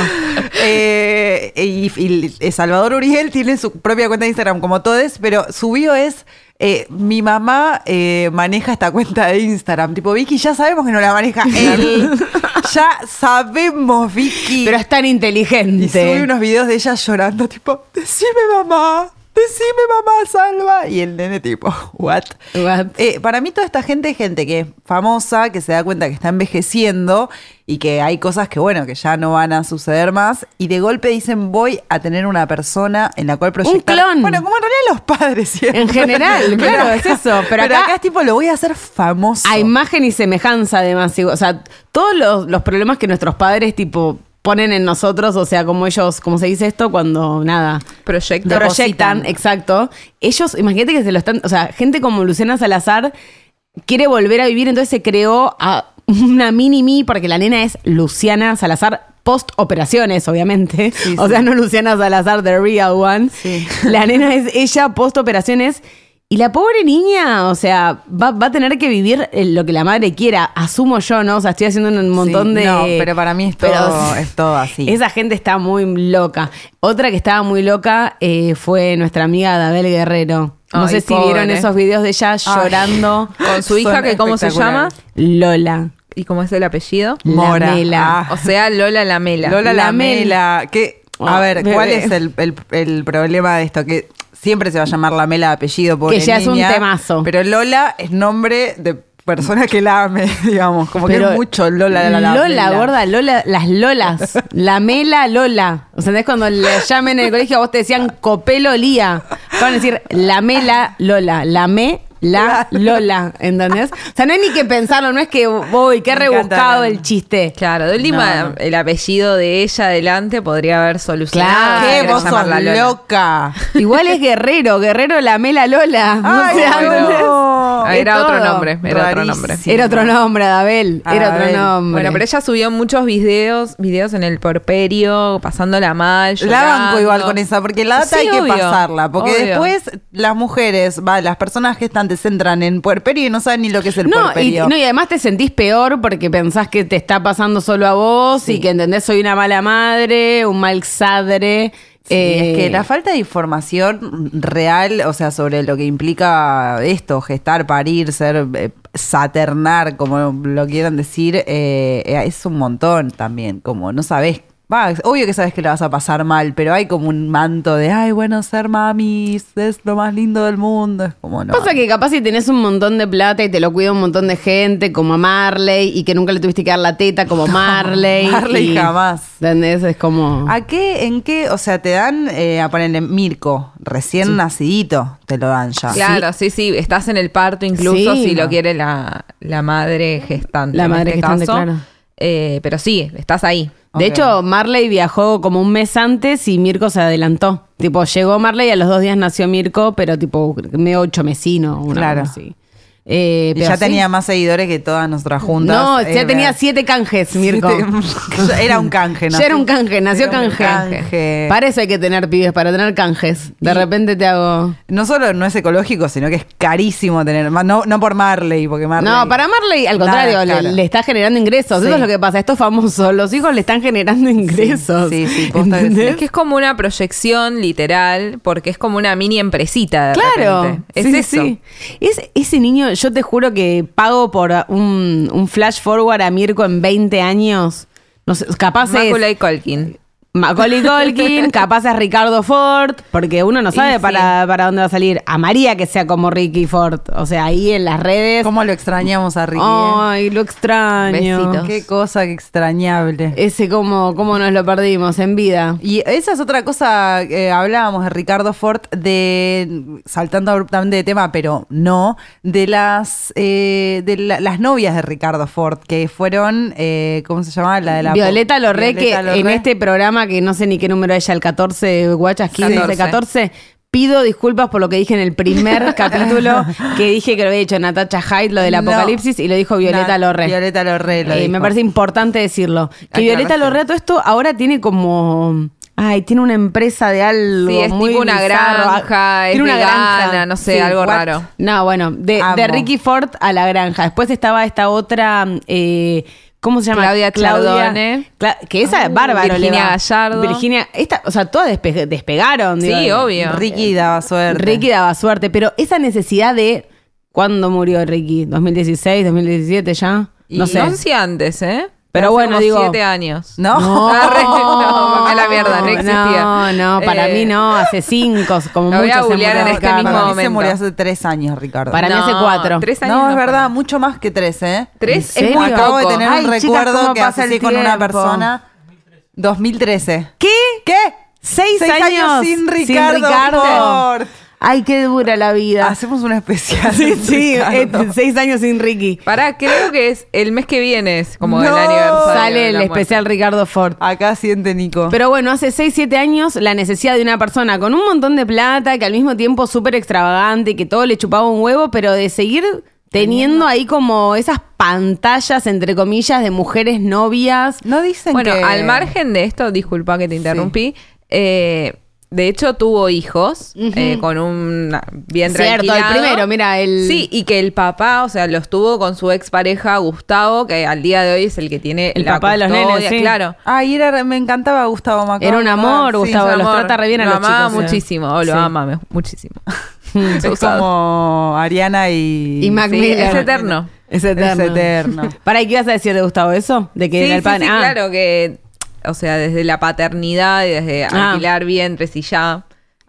[SPEAKER 2] (laughs) Eh, y, y Salvador Uriel tiene su propia cuenta de Instagram, como todos, pero su bio es. eh, mi mamá eh, maneja esta cuenta de Instagram. Tipo, Vicky, ya sabemos que no la maneja él. ya sabemos, Vicky.
[SPEAKER 3] Pero es tan
[SPEAKER 2] y sube
[SPEAKER 3] inteligente.
[SPEAKER 2] unos videos de ella llorando, tipo, decime mamá, decime mamá, salva. Y el nene, tipo, (laughs) what?
[SPEAKER 3] What?
[SPEAKER 2] Eh, para mí toda esta gente es gente que es famosa, que se da cuenta que está envejeciendo y que hay cosas que, bueno, que ya no van a suceder más. Y de golpe dicen, voy a tener una persona en la cual proyectar...
[SPEAKER 3] clon.
[SPEAKER 2] Bueno, como en realidad los padres siempre.
[SPEAKER 3] En
[SPEAKER 2] (laughs)
[SPEAKER 3] general, claro, es eso. Pero acá-
[SPEAKER 2] es tipo, lo voy a hacer famoso.
[SPEAKER 3] A imagen y semejanza, además. digo, O sea, todos los, los problemas que nuestros padres, tipo, ponen en nosotros, o sea, como ellos, como se dice esto, cuando nada.
[SPEAKER 4] Proyectan.
[SPEAKER 3] proyectan, exacto. Ellos, imagínate que se lo están, o sea, gente como Luciana Salazar quiere volver a vivir, entonces se creó a una mini mí porque la nena es Luciana Salazar post operaciones, obviamente.
[SPEAKER 2] Sí,
[SPEAKER 3] (laughs) o
[SPEAKER 2] sí.
[SPEAKER 3] sea, no Luciana Salazar the real one.
[SPEAKER 2] Sí.
[SPEAKER 3] La nena es ella post operaciones. Y la pobre niña, o sea, va, va a tener que vivir eh, lo que la madre quiera, asumo yo, ¿no? O sea, estoy haciendo un montón
[SPEAKER 2] Sí,
[SPEAKER 3] de...
[SPEAKER 2] no, pero para mí es
[SPEAKER 3] (laughs)
[SPEAKER 2] todo- es todo así.
[SPEAKER 3] Esa gente está muy loca. Otra que estaba muy loca eh, fue nuestra amiga Dabel Guerrero. No
[SPEAKER 4] Ay,
[SPEAKER 3] sé si
[SPEAKER 4] pobre.
[SPEAKER 3] vieron esos videos de ella llorando.
[SPEAKER 4] Con su hija,
[SPEAKER 2] Son
[SPEAKER 4] que cómo se llama
[SPEAKER 2] espectaculares.
[SPEAKER 3] Lola.
[SPEAKER 4] y cómo es el apellido.
[SPEAKER 2] Mora.
[SPEAKER 3] Lamela.
[SPEAKER 2] Ah.
[SPEAKER 4] O sea, Lola Lamela.
[SPEAKER 2] Lola Lamela. que, a
[SPEAKER 3] Ah,
[SPEAKER 2] ver,
[SPEAKER 3] bebé.
[SPEAKER 2] ¿cuál es el, el- el problema de esto? Que siempre se va a llamar Lamela de apellido, pobre
[SPEAKER 3] Que ya es un
[SPEAKER 2] niña,
[SPEAKER 3] temazo.
[SPEAKER 2] Pero Lola es nombre de persona que la ame, (laughs) digamos. Como que es mucho Lola la, la,
[SPEAKER 3] Lola,
[SPEAKER 2] Lamela.
[SPEAKER 3] gorda, Lola, las Lolas. La Mela Lola. O sea, ¿entendés? cuando le llamen en el colegio a vos te decían Copelo Lía. Te van a decir la Mela Lola. La Me. La Lola, ¿entendés? O sea, no hay ni que pensarlo, no es que, uy, qué
[SPEAKER 2] Me encanta,
[SPEAKER 3] rebuscado
[SPEAKER 2] Lola.
[SPEAKER 3] el chiste.
[SPEAKER 4] Claro, de última,
[SPEAKER 2] No, no.
[SPEAKER 4] el apellido de ella adelante podría haber solucionado.
[SPEAKER 3] Claro.
[SPEAKER 2] Ah, ¿Qué?
[SPEAKER 4] Era
[SPEAKER 2] Vos sos
[SPEAKER 4] llamarla Lola.
[SPEAKER 2] loca.
[SPEAKER 3] Igual es Guerrero, Guerrero la Mela Lola. (laughs) No
[SPEAKER 2] Ay,
[SPEAKER 3] (laughs) sé,
[SPEAKER 2] no.
[SPEAKER 3] ¿entendés?
[SPEAKER 2] No.
[SPEAKER 4] Ah, Era
[SPEAKER 3] de
[SPEAKER 4] otro
[SPEAKER 3] todo.
[SPEAKER 4] nombre, era otro
[SPEAKER 2] Rarísimo.
[SPEAKER 4] nombre.
[SPEAKER 3] Era otro nombre, Adabel. Era otro
[SPEAKER 2] Adabel.
[SPEAKER 3] nombre.
[SPEAKER 4] Bueno, pero ella subió muchos videos, videos en el porperio, pasándola mal.
[SPEAKER 2] La banco
[SPEAKER 4] llorando.
[SPEAKER 2] igual con esa, porque la data
[SPEAKER 4] Sí,
[SPEAKER 2] hay que
[SPEAKER 4] obvio,
[SPEAKER 2] pasarla. Porque
[SPEAKER 4] obvio.
[SPEAKER 2] después las mujeres, va, las personas gestantes entran en puerperio y no saben ni lo que es el
[SPEAKER 3] no y,
[SPEAKER 2] puerperio.
[SPEAKER 3] no, y además te sentís peor porque pensás que te está pasando solo a vos y que entendés soy una mala madre, un mal eh, sadre.
[SPEAKER 2] Sí, Eh, es que la falta de información real, o sea, sobre lo que implica esto, gestar, parir, ser, eh, saternar, como lo quieran decir, eh, eh, es un montón también, como no sabes. Va, es obvio que sabes que la vas a pasar mal, pero hay como un manto de, ay, bueno, ser mamis es lo más lindo del mundo. Es como, no.
[SPEAKER 3] Pasa que capaz si tenés un montón de plata y te lo cuida un montón de gente, como a Marley, y que nunca le tuviste que dar la teta,
[SPEAKER 2] (laughs)
[SPEAKER 3] como Marley.
[SPEAKER 2] Marley
[SPEAKER 3] y-
[SPEAKER 2] jamás.
[SPEAKER 3] ¿Entendés? Es como.
[SPEAKER 2] ¿A qué, en qué? O sea, te dan, eh, a ponerle Mirko, recién nacidito, te lo dan ya.
[SPEAKER 4] Claro, sí. sí, estás en el parto incluso
[SPEAKER 3] Sí.
[SPEAKER 4] si lo quiere la, la madre gestante.
[SPEAKER 3] La
[SPEAKER 4] en
[SPEAKER 3] madre
[SPEAKER 4] este
[SPEAKER 3] gestante,
[SPEAKER 4] caso.
[SPEAKER 3] claro.
[SPEAKER 4] Eh, pero sí, estás ahí.
[SPEAKER 3] De
[SPEAKER 2] Ok.
[SPEAKER 3] hecho, Marley viajó como un mes antes y Mirko se adelantó. Tipo, llegó Marley y a los dos días nació Mirko, pero tipo, medio ocho mesino, una
[SPEAKER 2] Claro.
[SPEAKER 3] cosa así. Eh,
[SPEAKER 2] Y
[SPEAKER 3] pero
[SPEAKER 2] ya
[SPEAKER 3] sí.
[SPEAKER 2] tenía más seguidores que todas nuestras juntas.
[SPEAKER 3] No,
[SPEAKER 2] Eh,
[SPEAKER 3] ya tenía
[SPEAKER 2] vea.
[SPEAKER 3] siete
[SPEAKER 2] (laughs)
[SPEAKER 3] canjes, Mirko.
[SPEAKER 2] Siete- era un canje, ¿no?
[SPEAKER 3] (laughs) Ya era un canje, nació
[SPEAKER 2] Era un
[SPEAKER 3] canje.
[SPEAKER 2] canje.
[SPEAKER 3] Para eso hay que tener pibes, para tener canjes. De repente te hago.
[SPEAKER 2] No solo no es ecológico, sino que es carísimo tener. ma- No, no por Marley, porque Marley.
[SPEAKER 3] No, para Marley, al
[SPEAKER 2] Nada,
[SPEAKER 3] contrario, le-
[SPEAKER 2] claro.
[SPEAKER 3] le, está generando ingresos.
[SPEAKER 2] Sí.
[SPEAKER 3] Eso es lo que pasa. Estos famosos, los hijos le están generando ingresos.
[SPEAKER 2] sí, sí, posta que sí.
[SPEAKER 3] ¿Entendés?
[SPEAKER 4] Es que es como una proyección literal, porque es como una mini empresita. de
[SPEAKER 3] Claro,
[SPEAKER 4] repente. Es
[SPEAKER 3] sí,
[SPEAKER 4] eso.
[SPEAKER 3] sí. Es, ese niño, yo te juro que pago por un, un flash forward a Mirko en 20 años. No sé, capaz es
[SPEAKER 4] Mácula y Colkin.
[SPEAKER 3] Macaulay
[SPEAKER 4] (laughs)
[SPEAKER 3] Culkin, capaz es Ricardo Ford, porque uno no sabe
[SPEAKER 4] sí.
[SPEAKER 3] para, para dónde va a salir. A María que sea como Ricky Ford. O sea, ahí en las redes.
[SPEAKER 2] ¿Cómo lo extrañamos a Ricky? eh?
[SPEAKER 3] Ay, lo extraño.
[SPEAKER 4] Besitos.
[SPEAKER 2] Qué cosa que extrañable.
[SPEAKER 3] Ese cómo, cómo nos lo perdimos en vida.
[SPEAKER 2] Y esa es otra cosa, eh, hablábamos de Ricardo Ford, de, saltando abruptamente de tema, pero no, de las eh, de la- las novias de Ricardo Ford, que fueron, eh, ¿cómo se llamaba? La de la
[SPEAKER 3] Violeta Lorre, que
[SPEAKER 2] Violeta Lorre.
[SPEAKER 3] en este programa, que no sé ni qué número es ya, el 14, guachas, 15, 14.
[SPEAKER 4] 14.
[SPEAKER 3] pido disculpas por lo que dije en el
[SPEAKER 4] (laughs)
[SPEAKER 3] primer capítulo, que dije que lo había dicho Natacha Hyde, lo del
[SPEAKER 2] No.
[SPEAKER 3] apocalipsis, y lo dijo
[SPEAKER 2] Na-
[SPEAKER 3] Violeta Lorre.
[SPEAKER 2] Violeta Lorre lo
[SPEAKER 3] Eh,
[SPEAKER 2] dijo.
[SPEAKER 3] me parece importante decirlo.
[SPEAKER 4] Ah,
[SPEAKER 3] Que Violeta
[SPEAKER 4] Aclaración.
[SPEAKER 3] Lorre, a todo esto, ahora tiene como... Ay, tiene una empresa de algo
[SPEAKER 4] Sí, es
[SPEAKER 3] muy
[SPEAKER 4] tipo una
[SPEAKER 3] bizarro.
[SPEAKER 4] granja, es
[SPEAKER 3] Tiene una
[SPEAKER 4] vegana,
[SPEAKER 3] granja.
[SPEAKER 4] no sé,
[SPEAKER 3] Sí,
[SPEAKER 4] algo
[SPEAKER 3] what?
[SPEAKER 4] raro.
[SPEAKER 3] No, bueno, de,
[SPEAKER 2] Amo.
[SPEAKER 3] de Ricky Ford a la granja. Después estaba esta otra, eh, ¿cómo se llama?
[SPEAKER 4] Claudia Chardone. Ah,
[SPEAKER 3] Cla- que esa es bárbaro. le
[SPEAKER 4] Virginia
[SPEAKER 3] va.
[SPEAKER 4] Gallardo.
[SPEAKER 3] Virginia, esta, o sea, todas despe- despegaron.
[SPEAKER 4] Sí,
[SPEAKER 3] digo.
[SPEAKER 4] obvio.
[SPEAKER 2] Ricky daba suerte.
[SPEAKER 3] Ricky daba suerte, pero esa necesidad de... ¿Cuándo murió Ricky? ¿2016, 2017 ya? No
[SPEAKER 4] Y
[SPEAKER 3] sé.
[SPEAKER 4] (laughs) once antes, ¿eh?
[SPEAKER 3] Pero
[SPEAKER 4] Hace
[SPEAKER 3] bueno,
[SPEAKER 4] como
[SPEAKER 3] digo-
[SPEAKER 4] siete años.
[SPEAKER 2] (laughs) ¿No?
[SPEAKER 4] Arre, Ah, no, me la mierda, no existía.
[SPEAKER 3] No, no, para
[SPEAKER 4] Eh,
[SPEAKER 3] mí no, hace cinco, como
[SPEAKER 4] (laughs) lo
[SPEAKER 3] mucho.
[SPEAKER 4] voy a
[SPEAKER 3] se
[SPEAKER 4] googlear en
[SPEAKER 3] murió
[SPEAKER 4] este
[SPEAKER 2] Para
[SPEAKER 3] Ricardo.
[SPEAKER 2] mí
[SPEAKER 4] mismo
[SPEAKER 2] se
[SPEAKER 4] momento.
[SPEAKER 2] murió hace tres años, Ricardo.
[SPEAKER 3] Para mí hace cuatro.
[SPEAKER 4] Tres años.
[SPEAKER 2] no, es verdad,
[SPEAKER 4] pasa.
[SPEAKER 2] mucho más que tres, ¿eh?
[SPEAKER 4] Tres
[SPEAKER 3] ¿En
[SPEAKER 4] es muy
[SPEAKER 3] serio?
[SPEAKER 2] Acabo de
[SPEAKER 4] poco.
[SPEAKER 2] tener
[SPEAKER 3] Ay,
[SPEAKER 2] un
[SPEAKER 3] chicas,
[SPEAKER 2] recuerdo
[SPEAKER 3] ¿cómo
[SPEAKER 2] que
[SPEAKER 3] pasa
[SPEAKER 2] asocié
[SPEAKER 3] el
[SPEAKER 2] con una
[SPEAKER 3] tiempo?
[SPEAKER 2] persona. 2013.
[SPEAKER 3] ¿Qué?
[SPEAKER 2] ¿Qué?
[SPEAKER 3] ¿Seis,
[SPEAKER 2] Seis años sin Ricardo Ford.
[SPEAKER 3] Ay, qué dura la vida.
[SPEAKER 2] Hacemos un especial.
[SPEAKER 3] (laughs) sí, sí,
[SPEAKER 2] Ricardo.
[SPEAKER 3] eh, seis años sin Ricky.
[SPEAKER 4] Pará, creo que es el mes que viene, es como el
[SPEAKER 2] No.
[SPEAKER 4] aniversario. de
[SPEAKER 3] Sale el
[SPEAKER 4] la muerte.
[SPEAKER 3] especial Ricardo Ford.
[SPEAKER 2] Acá siente Nico.
[SPEAKER 3] Pero bueno, hace 6, 7 años la necesidad de una persona con un montón de plata, que al mismo tiempo súper extravagante, que todo le chupaba un huevo, pero de seguir teniendo ahí como esas pantallas, entre comillas, de mujeres novias.
[SPEAKER 2] no dicen
[SPEAKER 4] Bueno,
[SPEAKER 2] que-
[SPEAKER 4] al margen de esto, disculpa que te interrumpí. eh, de hecho, tuvo hijos eh, con un bien
[SPEAKER 3] Cierto, el
[SPEAKER 4] tranquilado.
[SPEAKER 3] primero, mira, el-
[SPEAKER 4] Sí, y que el papá, o sea, los tuvo con su expareja Gustavo, que al día de hoy es el que tiene
[SPEAKER 3] El
[SPEAKER 4] la
[SPEAKER 3] papá de los
[SPEAKER 4] custodia,
[SPEAKER 3] nenes, sí.
[SPEAKER 4] Claro.
[SPEAKER 2] Ay, era- me encantaba Gustavo Macron.
[SPEAKER 3] Era un amor, Gustavo,
[SPEAKER 4] es un
[SPEAKER 3] los trata re bien a
[SPEAKER 4] lo
[SPEAKER 3] los chicos,
[SPEAKER 4] amaba
[SPEAKER 3] sí.
[SPEAKER 4] muchísimo, o lo
[SPEAKER 3] Sí.
[SPEAKER 4] ama me-
[SPEAKER 3] (laughs)
[SPEAKER 4] muchísimo.
[SPEAKER 2] Es como Ariana y...
[SPEAKER 3] Y Mac
[SPEAKER 4] Sí,
[SPEAKER 3] Miller.
[SPEAKER 4] es eterno.
[SPEAKER 3] Es eterno.
[SPEAKER 2] Es
[SPEAKER 3] (laughs)
[SPEAKER 2] eterno.
[SPEAKER 3] Para ahí, ¿qué ibas a decir de Gustavo eso? De que
[SPEAKER 4] Sí,
[SPEAKER 3] era el
[SPEAKER 4] sí,
[SPEAKER 3] pan.
[SPEAKER 4] sí,
[SPEAKER 3] Ah,
[SPEAKER 4] claro que, o sea, desde la paternidad y desde
[SPEAKER 3] Ah.
[SPEAKER 4] alquilar vientres y ya.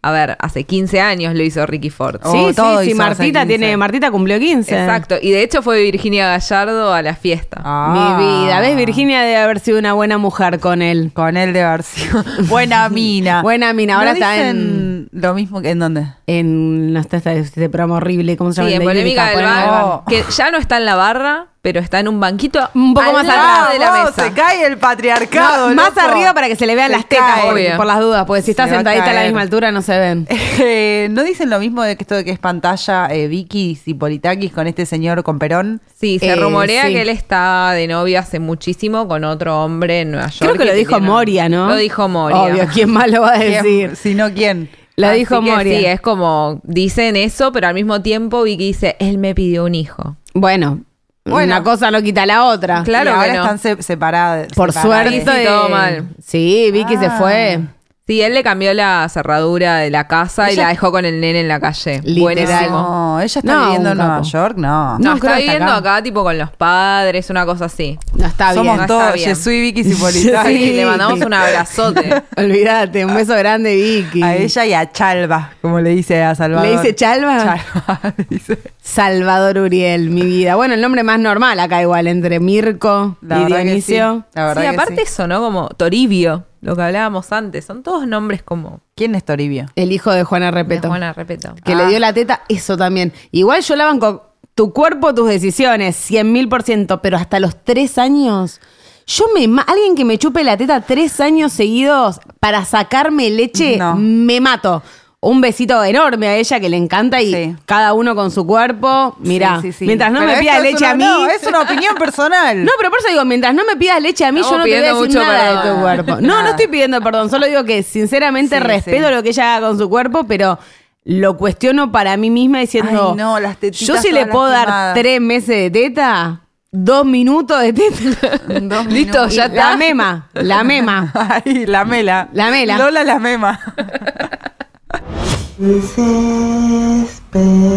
[SPEAKER 4] A ver, hace 15 años lo hizo Ricky Ford.
[SPEAKER 2] Oh,
[SPEAKER 3] Sí,
[SPEAKER 2] todo
[SPEAKER 3] sí, sí,
[SPEAKER 2] hizo
[SPEAKER 3] Martita
[SPEAKER 2] hace 15.
[SPEAKER 3] tiene, Martita cumplió 15.
[SPEAKER 4] Exacto. Y de hecho fue Virginia Gallardo a la fiesta.
[SPEAKER 2] Ah.
[SPEAKER 3] Mi vida. ¿Ves? Virginia debe haber sido una buena mujer con él.
[SPEAKER 2] Con él de haber
[SPEAKER 3] (laughs)
[SPEAKER 2] sido Buena mina.
[SPEAKER 3] Buena mina,
[SPEAKER 2] ¿No
[SPEAKER 3] ahora está
[SPEAKER 2] dicen Lo mismo que en dónde.
[SPEAKER 3] En no está este, este programa horrible, ¿cómo se llama?
[SPEAKER 4] Sí,
[SPEAKER 3] El
[SPEAKER 4] en
[SPEAKER 3] de
[SPEAKER 4] Polémica
[SPEAKER 3] Lírica,
[SPEAKER 4] del
[SPEAKER 3] Polémica
[SPEAKER 4] Bar.
[SPEAKER 2] Bar.
[SPEAKER 4] Que ya no está en la barra, pero está en un banquito
[SPEAKER 3] Un poco
[SPEAKER 4] al
[SPEAKER 3] más
[SPEAKER 4] lado
[SPEAKER 3] atrás.
[SPEAKER 4] de la
[SPEAKER 2] Vos,
[SPEAKER 4] mesa.
[SPEAKER 2] Se cae el patriarcado.
[SPEAKER 3] No, más
[SPEAKER 2] loco.
[SPEAKER 3] arriba para que se le vean
[SPEAKER 2] Se
[SPEAKER 3] las tetas,
[SPEAKER 2] cae.
[SPEAKER 3] porque-
[SPEAKER 4] Obvio.
[SPEAKER 3] por las dudas, porque si está
[SPEAKER 2] Se va a
[SPEAKER 3] sentadita a la
[SPEAKER 2] caer.
[SPEAKER 3] misma altura no se ven.
[SPEAKER 2] (laughs) Eh, ¿No dicen lo mismo de que esto de que es pantalla eh, Vicky y Politakis con este señor con Perón?
[SPEAKER 4] Sí, se
[SPEAKER 3] Eh,
[SPEAKER 4] rumorea
[SPEAKER 3] sí.
[SPEAKER 4] que él está de novia hace muchísimo con otro hombre en Nueva York.
[SPEAKER 3] Creo que lo dijo
[SPEAKER 4] tiene-
[SPEAKER 3] Moria, ¿no?
[SPEAKER 4] Lo dijo Moria.
[SPEAKER 3] Obvio, ¿quién más lo va a decir?
[SPEAKER 2] Si no, ¿quién?
[SPEAKER 3] Lo
[SPEAKER 4] Así
[SPEAKER 3] dijo
[SPEAKER 4] que
[SPEAKER 3] Moria.
[SPEAKER 4] Sí, es como dicen eso, pero al mismo tiempo Vicky dice, él me pidió un hijo.
[SPEAKER 3] Bueno,
[SPEAKER 2] Bueno.
[SPEAKER 3] una cosa no quita la otra.
[SPEAKER 4] Claro
[SPEAKER 2] Y
[SPEAKER 4] que
[SPEAKER 2] ahora
[SPEAKER 4] no.
[SPEAKER 2] están se- separadas.
[SPEAKER 3] Por
[SPEAKER 2] separadas.
[SPEAKER 3] suerte.
[SPEAKER 4] Sí, sí, todo mal.
[SPEAKER 3] Sí, Vicky se
[SPEAKER 2] Ah.
[SPEAKER 3] fue.
[SPEAKER 4] Sí, él le cambió la cerradura de la casa y
[SPEAKER 3] Ella-
[SPEAKER 4] la dejó con el nene en la calle.
[SPEAKER 3] Literal.
[SPEAKER 4] Buenísimo.
[SPEAKER 2] No, ella está
[SPEAKER 3] No,
[SPEAKER 2] viviendo
[SPEAKER 3] un
[SPEAKER 2] en Nueva
[SPEAKER 3] capo.
[SPEAKER 2] York, no.
[SPEAKER 3] No,
[SPEAKER 4] No,
[SPEAKER 3] creo
[SPEAKER 4] está
[SPEAKER 3] que está
[SPEAKER 4] viviendo
[SPEAKER 3] acá.
[SPEAKER 4] acá. tipo con los padres, una cosa así.
[SPEAKER 3] No está
[SPEAKER 2] Somos
[SPEAKER 3] bien.
[SPEAKER 4] no está
[SPEAKER 2] todos,
[SPEAKER 4] bien.
[SPEAKER 2] Jesús y (laughs) Vicky Cipolitakis.
[SPEAKER 4] Sí, le mandamos
[SPEAKER 3] (laughs)
[SPEAKER 4] un abrazote.
[SPEAKER 3] Olvídate, un beso grande, Vicky.
[SPEAKER 2] A ella y a Chalva, como le dice a Salvador.
[SPEAKER 3] ¿Le dice Chalva?
[SPEAKER 2] Chalva, (laughs) le dice.
[SPEAKER 3] Salvador Uriel, mi vida. Bueno, el nombre más normal acá igual, entre Mirko
[SPEAKER 2] La
[SPEAKER 3] y
[SPEAKER 2] verdad que
[SPEAKER 3] Dionisio.
[SPEAKER 2] sí, la verdad
[SPEAKER 4] sí,
[SPEAKER 2] que
[SPEAKER 4] aparte
[SPEAKER 2] sí.
[SPEAKER 4] eso, ¿no? Como Toribio, lo que hablábamos antes. Son todos nombres como...
[SPEAKER 2] ¿Quién es Toribio?
[SPEAKER 3] El hijo de Juana
[SPEAKER 4] de
[SPEAKER 3] Repeto.
[SPEAKER 4] Juana, repito.
[SPEAKER 3] Que
[SPEAKER 2] Ah.
[SPEAKER 3] le dio la teta, eso también. Igual yo la banco tu cuerpo, tus decisiones, cien mil por ciento, pero hasta los tres años. Yo me. ma- Alguien que me chupe la teta tres años seguidos para sacarme leche,
[SPEAKER 2] No.
[SPEAKER 3] me mato. Un besito enorme a ella que le encanta y
[SPEAKER 2] Sí.
[SPEAKER 3] cada uno con su cuerpo. Mirá,
[SPEAKER 2] Sí, sí, sí.
[SPEAKER 3] mientras no
[SPEAKER 2] Pero
[SPEAKER 3] me pida
[SPEAKER 2] esto es
[SPEAKER 3] leche
[SPEAKER 2] una-
[SPEAKER 3] a mí.
[SPEAKER 2] No, es una opinión personal.
[SPEAKER 3] No, pero por eso digo, mientras no me pidas leche a mí,
[SPEAKER 4] Estamos
[SPEAKER 3] yo no te voy a
[SPEAKER 4] pidiendo
[SPEAKER 3] decir
[SPEAKER 4] mucho
[SPEAKER 3] nada de
[SPEAKER 4] perdón.
[SPEAKER 3] tu cuerpo. No, no
[SPEAKER 2] Nada.
[SPEAKER 3] estoy pidiendo perdón, solo digo que sinceramente
[SPEAKER 2] Sí,
[SPEAKER 3] respeto
[SPEAKER 2] sí.
[SPEAKER 3] lo que ella haga con su cuerpo, pero lo cuestiono para mí misma diciendo,
[SPEAKER 2] Ay, no, las tetitas
[SPEAKER 3] yo si le
[SPEAKER 2] todas
[SPEAKER 3] puedo dar
[SPEAKER 2] lastimadas.
[SPEAKER 3] tres meses de teta, dos minutos de (laughs) teta.
[SPEAKER 2] Dos
[SPEAKER 4] Listo,
[SPEAKER 2] minutos.
[SPEAKER 4] ya
[SPEAKER 3] La
[SPEAKER 4] está.
[SPEAKER 3] mema,
[SPEAKER 2] (laughs)
[SPEAKER 3] la mema.
[SPEAKER 2] (laughs) Ay, la mela.
[SPEAKER 3] La mela.
[SPEAKER 2] Lola la mema.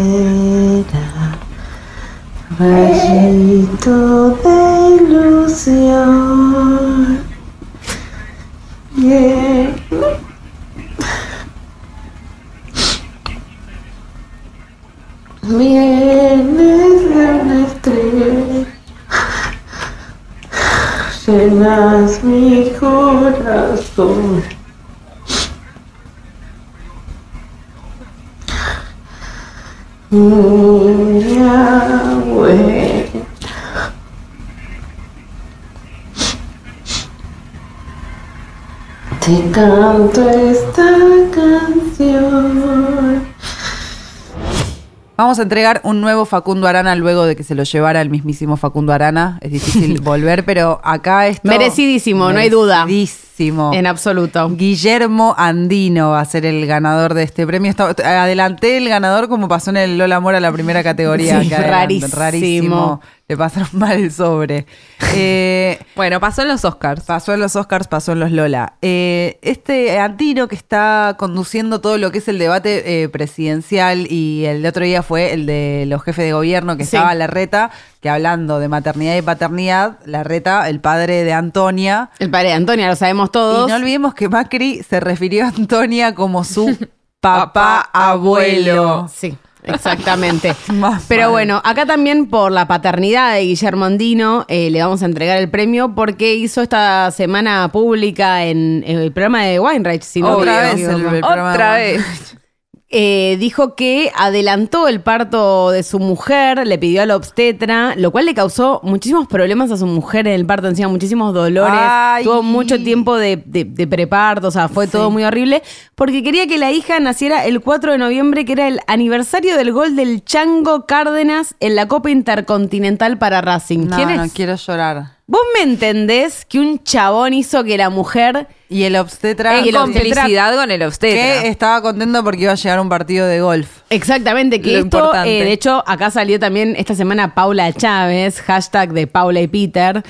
[SPEAKER 1] Desespera, rayito de ilusión. Yeah. Vienes de una estrella, llenas mi corazón. Mira, güey. Te canto esta canción.
[SPEAKER 2] Vamos a entregar un nuevo Facundo Arana luego de que se lo llevara el mismísimo Facundo Arana. Es (laughs) difícil volver, pero acá esto...
[SPEAKER 3] Merecidísimo, no hay duda.
[SPEAKER 2] Merecidísimo.
[SPEAKER 3] En absoluto.
[SPEAKER 2] Guillermo Andino va a ser el ganador de este premio. Está- adelanté el ganador como pasó en el Lola Mora la primera categoría.
[SPEAKER 3] Sí,
[SPEAKER 2] que adelantan.
[SPEAKER 3] rarísimo.
[SPEAKER 2] rarísimo. Le pasaron (laughs) mal el sobre. Eh,
[SPEAKER 4] Bueno, pasó en los Oscars.
[SPEAKER 2] Pasó en los Oscars, pasó en los Lola. Eh, este Antino que está conduciendo todo lo que es el debate eh, presidencial y el de otro día fue el de los jefes de gobierno que
[SPEAKER 3] Sí.
[SPEAKER 2] estaba Larreta, que hablando de maternidad y paternidad, Larreta, el padre de Antonia.
[SPEAKER 3] El padre de Antonia, lo sabemos todos.
[SPEAKER 2] Y no olvidemos que Macri se refirió a Antonia como
[SPEAKER 3] (laughs)
[SPEAKER 2] su papá abuelo.
[SPEAKER 3] Sí, exactamente.
[SPEAKER 2] (laughs) Más
[SPEAKER 3] Pero
[SPEAKER 2] mal.
[SPEAKER 3] bueno, acá también por la paternidad de Guillermo Andino eh, le vamos a entregar el premio porque hizo esta semana pública en, en el programa de Weinreich, si no
[SPEAKER 2] Otra
[SPEAKER 3] me
[SPEAKER 2] vez el-
[SPEAKER 3] equivoco.
[SPEAKER 2] el programa
[SPEAKER 4] Otra
[SPEAKER 2] de-
[SPEAKER 4] (laughs) vez.
[SPEAKER 3] Eh, dijo que adelantó el parto de su mujer, le pidió a la obstetra, lo cual le causó muchísimos problemas a su mujer en el parto, encima muchísimos dolores.
[SPEAKER 2] Ay.
[SPEAKER 3] Tuvo mucho tiempo de, de- de preparto, o sea, fue todo muy horrible, porque quería que la hija naciera el 4 de noviembre, que era el aniversario del gol del Chango Cárdenas en la Copa Intercontinental para Racing.
[SPEAKER 2] No,
[SPEAKER 3] ¿Quién es?
[SPEAKER 2] no quiero llorar.
[SPEAKER 3] ¿Vos me entendés que un chabón hizo que la mujer...
[SPEAKER 2] Y el obstetra,
[SPEAKER 4] En
[SPEAKER 3] el obstetra-
[SPEAKER 4] complicidad con el obstetra.
[SPEAKER 2] que estaba contento porque iba a llegar a un partido de golf.
[SPEAKER 3] Exactamente, que
[SPEAKER 4] Lo
[SPEAKER 3] esto,
[SPEAKER 4] importante.
[SPEAKER 3] eh, de hecho, acá salió también esta semana Paula Chávez, hashtag de Paula y
[SPEAKER 2] (laughs)
[SPEAKER 3] Peter.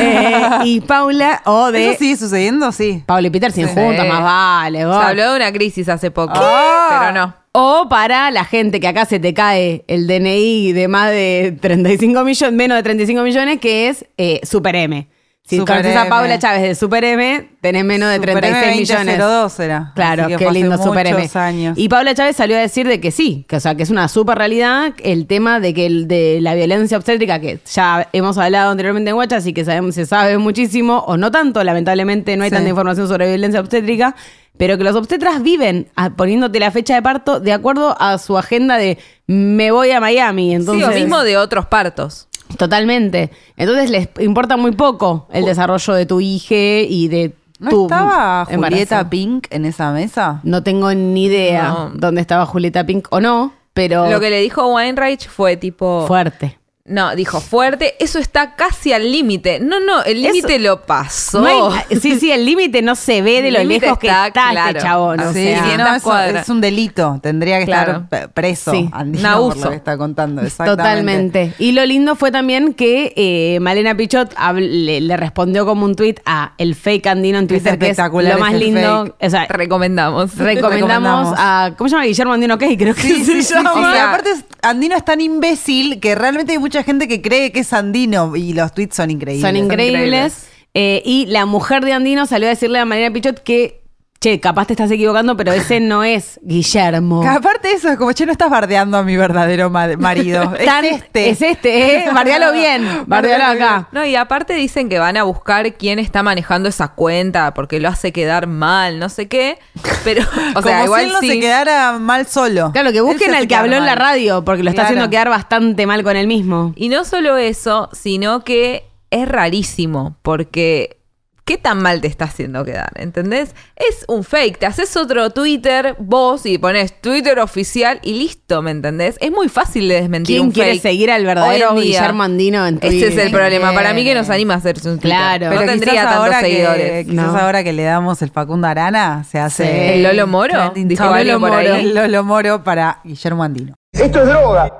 [SPEAKER 3] Eh, y Paula, o de.
[SPEAKER 2] ¿Eso sigue sucediendo? Sí.
[SPEAKER 3] Paula y Peter sin
[SPEAKER 2] Sí.
[SPEAKER 3] juntos, más vale,
[SPEAKER 4] Se
[SPEAKER 3] vos.
[SPEAKER 4] habló de una crisis hace poco. Pero no.
[SPEAKER 3] O para la gente que acá se te cae el DNI de más de 35 millones, menos de 35 millones, que es eh, Super M. Si
[SPEAKER 2] Super
[SPEAKER 3] conoces a
[SPEAKER 2] M.
[SPEAKER 3] Paula Chávez de Super M, tenés menos de
[SPEAKER 2] Super
[SPEAKER 3] 36
[SPEAKER 2] M
[SPEAKER 3] millones.
[SPEAKER 2] 2002 era.
[SPEAKER 3] Claro,
[SPEAKER 2] Así que
[SPEAKER 3] qué
[SPEAKER 2] fue hace
[SPEAKER 3] lindo Super M.
[SPEAKER 2] muchos años.
[SPEAKER 3] Y Paula Chávez salió a decir de que sí, que, o sea, que es una super realidad el tema de que el, de la violencia obstétrica, que ya hemos hablado anteriormente en Guacha, así que sabemos, se sabe muchísimo, o no tanto, lamentablemente no hay
[SPEAKER 2] Sí.
[SPEAKER 3] tanta información sobre violencia obstétrica, pero que los obstetras viven a- poniéndote la fecha de parto de acuerdo a su agenda de me voy a Miami. Entonces,
[SPEAKER 4] sí, o mismo de otros partos.
[SPEAKER 3] Totalmente. Entonces les importa muy poco el desarrollo de tu hija y de
[SPEAKER 2] ¿No
[SPEAKER 3] tu
[SPEAKER 2] estaba Julieta
[SPEAKER 3] embarazo.
[SPEAKER 2] Pink en esa mesa?
[SPEAKER 3] No tengo ni idea
[SPEAKER 4] No.
[SPEAKER 3] dónde estaba Julieta Pink o no, pero
[SPEAKER 4] Lo que le dijo Weinreich fue tipo.
[SPEAKER 3] Oh. fuerte.
[SPEAKER 4] No, dijo fuerte. Eso está casi al límite. No, no, el
[SPEAKER 3] Eso-
[SPEAKER 4] límite lo pasó.
[SPEAKER 3] No hay- sí, sí, el límite no se ve de
[SPEAKER 4] El
[SPEAKER 3] lo
[SPEAKER 4] límite
[SPEAKER 3] lejos que
[SPEAKER 4] está
[SPEAKER 3] está,
[SPEAKER 4] claro.
[SPEAKER 3] este chabón. o
[SPEAKER 2] Sí,
[SPEAKER 3] sea,
[SPEAKER 2] sí, no,
[SPEAKER 4] Tantas
[SPEAKER 2] eso
[SPEAKER 4] cuadras.
[SPEAKER 2] es un delito. Tendría que
[SPEAKER 4] Claro.
[SPEAKER 2] estar pe- preso.
[SPEAKER 3] Sí.
[SPEAKER 2] Andino,
[SPEAKER 4] Nauso.
[SPEAKER 2] por lo que está contando. Exactamente.
[SPEAKER 3] Totalmente. Y lo lindo fue también que eh, Malena Pichot habl- le, le respondió como un tweet a el fake andino en Twitter, que es
[SPEAKER 2] espectacular
[SPEAKER 3] lo más
[SPEAKER 2] ese
[SPEAKER 3] lindo.
[SPEAKER 2] fake.
[SPEAKER 3] O sea,
[SPEAKER 4] Recomendamos.
[SPEAKER 3] recomendamos
[SPEAKER 2] recomendamos.
[SPEAKER 3] a. ¿Cómo se llama Guillermo Andino? Ok, creo que
[SPEAKER 2] Sí,
[SPEAKER 3] se
[SPEAKER 2] sí, sí,
[SPEAKER 3] llama.
[SPEAKER 2] sí, sí.
[SPEAKER 4] O sea-
[SPEAKER 3] (laughs)
[SPEAKER 2] Aparte, es- Andino es tan imbécil que realmente hay mucha gente que cree que es Andino y los tweets son increíbles.
[SPEAKER 3] Son increíbles.
[SPEAKER 4] increíbles.
[SPEAKER 3] Eh, y la mujer de Andino salió a decirle a Malena Pichot que, che, capaz te estás equivocando, pero ese no es Guillermo.
[SPEAKER 2] Que Aparte de eso, es como, che, no estás bardeando a mi verdadero ma- (laughs) marido. es
[SPEAKER 3] Tan-
[SPEAKER 2] este.
[SPEAKER 3] Es este,
[SPEAKER 4] (laughs)
[SPEAKER 2] (laughs)
[SPEAKER 3] ¿eh? Bardealo bien.
[SPEAKER 2] Bardealo
[SPEAKER 3] Bardealo acá.
[SPEAKER 4] No, y aparte dicen que van a buscar quién está manejando esa cuenta porque lo hace quedar mal, no sé qué. Pero, (laughs) o
[SPEAKER 2] como
[SPEAKER 4] sea, igual
[SPEAKER 2] si él no
[SPEAKER 4] sí.
[SPEAKER 2] se quedara mal solo.
[SPEAKER 3] Claro, que
[SPEAKER 2] Él
[SPEAKER 3] busquen
[SPEAKER 2] se hace
[SPEAKER 3] al que
[SPEAKER 2] quedar
[SPEAKER 3] habló en la
[SPEAKER 2] mal.
[SPEAKER 3] radio, porque lo está
[SPEAKER 2] Claro.
[SPEAKER 3] haciendo quedar bastante mal con él mismo.
[SPEAKER 4] Y no solo eso, sino que es rarísimo, porque ¿qué tan mal te está haciendo quedar? ¿Entendés? Es un fake, te haces otro Twitter vos y pones Twitter oficial y listo, ¿me entendés? Es muy fácil de desmentir.
[SPEAKER 3] ¿Quién
[SPEAKER 4] un
[SPEAKER 3] quiere
[SPEAKER 4] fake
[SPEAKER 3] seguir al
[SPEAKER 4] hoy
[SPEAKER 3] verdadero
[SPEAKER 4] en día.
[SPEAKER 3] Guillermo Andino en
[SPEAKER 4] Ese es
[SPEAKER 3] Twitter?
[SPEAKER 4] el problema, para mí que nos anima a hacerse un Twitter.
[SPEAKER 3] Claro.
[SPEAKER 4] Pero no
[SPEAKER 2] quizás
[SPEAKER 4] tendría tantos
[SPEAKER 2] ahora que-
[SPEAKER 3] (laughs)
[SPEAKER 4] seguidores.
[SPEAKER 2] quizás
[SPEAKER 3] No.
[SPEAKER 2] ahora que le damos el Facundo Arana, se hace.
[SPEAKER 3] Sí.
[SPEAKER 4] ¿El Lolo Moro?
[SPEAKER 2] trending
[SPEAKER 4] Dijo
[SPEAKER 2] topic
[SPEAKER 4] Lolo
[SPEAKER 2] por
[SPEAKER 4] Moro.
[SPEAKER 2] ahí. El Lolo Moro para Guillermo Andino.
[SPEAKER 6] Esto es droga.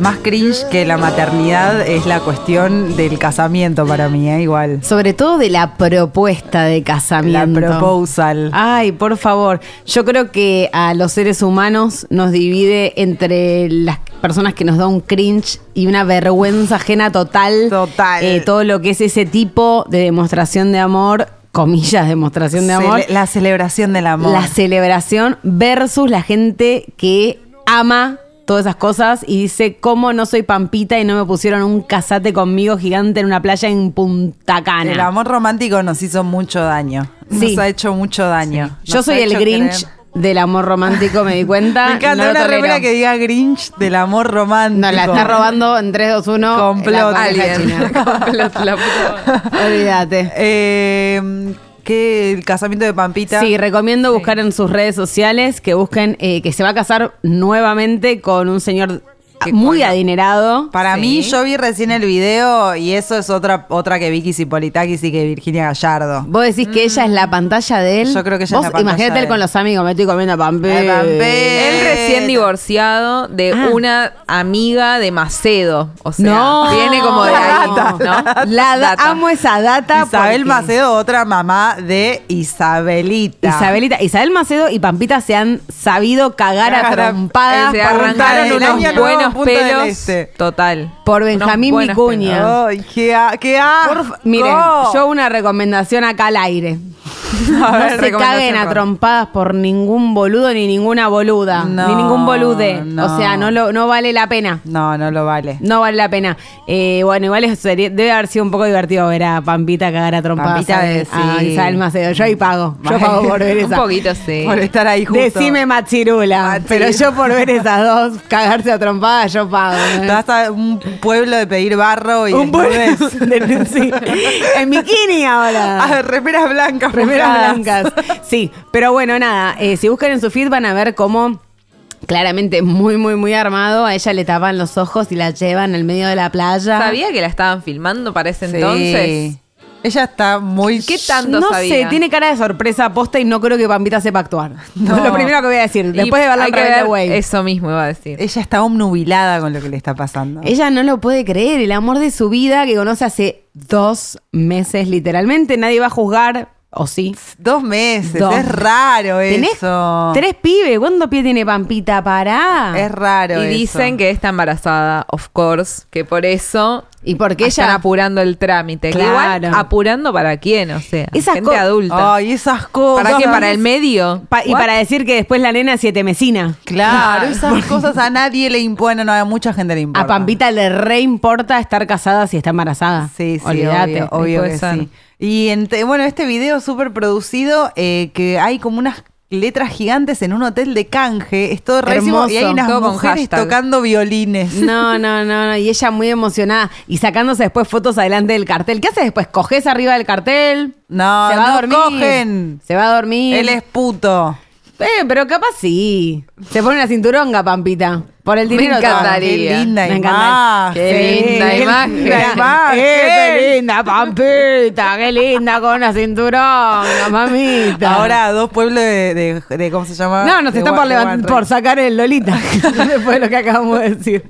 [SPEAKER 2] Más cringe que la maternidad es la cuestión del casamiento para mí, ¿eh? igual.
[SPEAKER 3] Sobre todo de la propuesta de
[SPEAKER 2] La
[SPEAKER 3] casamiento.
[SPEAKER 2] proposal.
[SPEAKER 3] Ay, por favor. Yo creo que a los seres humanos nos divide entre las personas que nos da un cringe y una vergüenza ajena total.
[SPEAKER 2] Total.
[SPEAKER 3] Eh, todo lo que es ese tipo de demostración de amor, comillas, demostración de amor.
[SPEAKER 2] Cele- la celebración del amor.
[SPEAKER 3] La celebración versus la gente que ama todas esas cosas y dice, ¿cómo no soy pampita y no me pusieron un casate conmigo gigante en una playa en Punta Cana?
[SPEAKER 2] El amor romántico nos hizo mucho daño.
[SPEAKER 3] Sí.
[SPEAKER 2] Nos ha hecho mucho daño.
[SPEAKER 3] Yo
[SPEAKER 2] Nos ha
[SPEAKER 3] soy el
[SPEAKER 2] hecho
[SPEAKER 3] Grinch
[SPEAKER 2] creer.
[SPEAKER 3] del amor romántico, me di cuenta.
[SPEAKER 2] (laughs) Me encanta
[SPEAKER 3] no lo
[SPEAKER 2] una
[SPEAKER 3] tolero.
[SPEAKER 2] remera que diga Grinch del amor romántico.
[SPEAKER 3] Nos la está robando en 3, 2, 1.
[SPEAKER 2] Complot.
[SPEAKER 4] Alien.
[SPEAKER 2] (laughs)
[SPEAKER 4] Complot, la puta madre.
[SPEAKER 3] Olvídate.
[SPEAKER 2] Eh, que el casamiento de Pampita.
[SPEAKER 3] Sí, recomiendo buscar en sus redes sociales que busquen eh, que se va a casar nuevamente con un señor
[SPEAKER 4] Que
[SPEAKER 3] muy
[SPEAKER 4] cuando-
[SPEAKER 3] adinerado.
[SPEAKER 2] Para
[SPEAKER 4] Sí.
[SPEAKER 2] mí, yo vi recién el video y eso es otra, otra que Vicky Cipolitakis y que Virginia Gallardo.
[SPEAKER 3] Vos decís que ella es la pantalla de él.
[SPEAKER 2] Mm. Yo creo que ella
[SPEAKER 3] Vos
[SPEAKER 2] es la pantalla
[SPEAKER 3] Imagínate
[SPEAKER 2] de
[SPEAKER 3] él
[SPEAKER 2] él.
[SPEAKER 3] con los amigos, me estoy comiendo pampé.
[SPEAKER 2] Ay, pampé.
[SPEAKER 4] Él recién divorciado de
[SPEAKER 3] Eh, Ah.
[SPEAKER 4] una amiga de Macedo. O sea,
[SPEAKER 3] No.
[SPEAKER 4] viene como de
[SPEAKER 3] La
[SPEAKER 4] ahí.
[SPEAKER 3] data.
[SPEAKER 4] ¿no?
[SPEAKER 3] La da-
[SPEAKER 4] Data.
[SPEAKER 3] amo esa data.
[SPEAKER 2] Isabel
[SPEAKER 3] porque-
[SPEAKER 2] Macedo, otra mamá de Isabelita.
[SPEAKER 3] Isabelita, Isabel Macedo y Pampita se han sabido cagar a
[SPEAKER 2] Cagar a-
[SPEAKER 3] trompadas
[SPEAKER 4] Eh, Se
[SPEAKER 2] Punta
[SPEAKER 4] arrancaron
[SPEAKER 2] del
[SPEAKER 4] unos
[SPEAKER 2] Año Nuevo,
[SPEAKER 4] buenos
[SPEAKER 2] Punta del
[SPEAKER 4] pelos.
[SPEAKER 2] Este.
[SPEAKER 4] Total.
[SPEAKER 3] por
[SPEAKER 4] Unos
[SPEAKER 3] Benjamín
[SPEAKER 4] buenos
[SPEAKER 3] Vicuña.
[SPEAKER 2] Ay, qué, a- qué asco.
[SPEAKER 3] Por- miren, yo una recomendación acá al aire.
[SPEAKER 2] A ver,
[SPEAKER 3] no se
[SPEAKER 2] recomendación,
[SPEAKER 3] caguen a
[SPEAKER 2] Ron.
[SPEAKER 3] trompadas por ningún boludo ni ninguna boluda.
[SPEAKER 2] No,
[SPEAKER 3] ni ningún bolude. O
[SPEAKER 2] no.
[SPEAKER 3] sea, no, lo, no vale la pena.
[SPEAKER 2] No, no lo vale.
[SPEAKER 3] No vale la pena. Eh, bueno, igual es- sería- debe haber sido un poco divertido ver a Pampita cagar a trompadas.
[SPEAKER 2] Pampita
[SPEAKER 3] a-
[SPEAKER 2] de-
[SPEAKER 3] a
[SPEAKER 2] sí.
[SPEAKER 3] Isabel Macedo. Yo ahí pago. Yo pago por (laughs) ver
[SPEAKER 4] Un
[SPEAKER 3] esa.
[SPEAKER 4] poquito, sí.
[SPEAKER 2] Por estar ahí justo.
[SPEAKER 3] Decime Machirula.
[SPEAKER 2] Machi.
[SPEAKER 3] Pero yo por ver esas dos cagarse a trompadas, yo pago. ¿eh?
[SPEAKER 2] Estás a un pueblo de pedir barro y
[SPEAKER 3] Un
[SPEAKER 2] desnudez.
[SPEAKER 3] boludo. (laughs) de- sí. En bikini (laughs) ahora.
[SPEAKER 2] (laughs) Ah, remeras blancas.
[SPEAKER 3] Remeras
[SPEAKER 2] mojadas.
[SPEAKER 3] blancas. Sí, pero bueno, nada, eh, si buscan en su feed van a ver cómo claramente muy, muy, muy armado, a ella le tapan los ojos y la llevan al medio de la playa.
[SPEAKER 4] Sabía que la estaban filmando para ese
[SPEAKER 2] Sí.
[SPEAKER 4] entonces.
[SPEAKER 2] Ella está muy.
[SPEAKER 4] ¿Qué tanto
[SPEAKER 3] No
[SPEAKER 4] sabía?
[SPEAKER 3] sé, tiene cara de sorpresa aposta y no creo que Pampita sepa actuar. (laughs)
[SPEAKER 2] No.
[SPEAKER 3] Lo primero que voy a decir,
[SPEAKER 4] Y
[SPEAKER 3] después de verla
[SPEAKER 4] hay
[SPEAKER 3] en
[SPEAKER 4] que
[SPEAKER 3] Rebelde
[SPEAKER 4] ver
[SPEAKER 3] Way.
[SPEAKER 4] Eso mismo iba a decir.
[SPEAKER 2] Ella está omnubilada con lo que le está pasando.
[SPEAKER 3] Ella no lo puede creer, el amor de su vida que conoce hace dos meses literalmente, nadie va a juzgar, o sí.
[SPEAKER 2] Dos meses.
[SPEAKER 3] Dos.
[SPEAKER 2] Es raro
[SPEAKER 3] Tenés
[SPEAKER 2] eso.
[SPEAKER 3] tres pibes, ¿cuánto pie tiene Pampita? Pará.
[SPEAKER 2] Es raro.
[SPEAKER 4] Y dicen que está embarazada, of course, que por eso
[SPEAKER 3] y porque
[SPEAKER 4] están
[SPEAKER 3] ella
[SPEAKER 4] apurando el trámite. Que
[SPEAKER 3] Claro.
[SPEAKER 4] igual, apurando para quién, o sea,
[SPEAKER 3] Esas
[SPEAKER 4] gente
[SPEAKER 3] co-
[SPEAKER 4] adulta.
[SPEAKER 2] Ay, esas cosas.
[SPEAKER 4] ¿Para qué? ¿Para el medio?
[SPEAKER 3] Pa- y
[SPEAKER 4] What?
[SPEAKER 3] para decir que después la nena es siete mesina.
[SPEAKER 2] Claro, esas cosas a nadie le imponen. No, a mucha gente le importa.
[SPEAKER 3] A Pampita le re importa estar casada si está embarazada.
[SPEAKER 2] Sí, sí,
[SPEAKER 3] Olvídate.
[SPEAKER 2] obvio, obvio
[SPEAKER 4] puede
[SPEAKER 2] que
[SPEAKER 4] ser.
[SPEAKER 2] sí. Y ente- bueno, este video súper producido eh, que hay como unas letras gigantes en un hotel de canje. Es todo rarísimo.
[SPEAKER 3] Hermoso.
[SPEAKER 2] Y hay unas
[SPEAKER 4] Todo con
[SPEAKER 2] mujeres
[SPEAKER 4] hashtag.
[SPEAKER 2] tocando violines.
[SPEAKER 3] No, no, no, no. Y ella muy emocionada y sacándose después fotos adelante del cartel. ¿Qué haces después? ¿Coges arriba del cartel?
[SPEAKER 2] No,
[SPEAKER 3] se va
[SPEAKER 2] no
[SPEAKER 3] a dormir.
[SPEAKER 2] cogen.
[SPEAKER 3] Se va a dormir.
[SPEAKER 2] Él es puto.
[SPEAKER 3] Eh, pero capaz sí. Se pone una cinturonga, Pampita. Por el dinero. todo.
[SPEAKER 4] encantaría.
[SPEAKER 2] Qué linda
[SPEAKER 3] Me
[SPEAKER 2] imagen.
[SPEAKER 3] encanta.
[SPEAKER 4] Qué linda
[SPEAKER 2] Qué
[SPEAKER 4] imagen.
[SPEAKER 2] linda
[SPEAKER 3] Mirá, eh,
[SPEAKER 2] imagen.
[SPEAKER 3] ¡Qué linda, Pampita! ¡Qué linda con una cinturonga, mamita!
[SPEAKER 2] Ahora a dos pueblos de, de- de- ¿cómo se llama?
[SPEAKER 3] No, nos
[SPEAKER 2] De
[SPEAKER 3] está
[SPEAKER 2] Gua-
[SPEAKER 3] por,
[SPEAKER 2] de
[SPEAKER 3] levant-
[SPEAKER 2] Warren.
[SPEAKER 3] por sacar el Lolita. (laughs) Después de lo que acabamos de decir.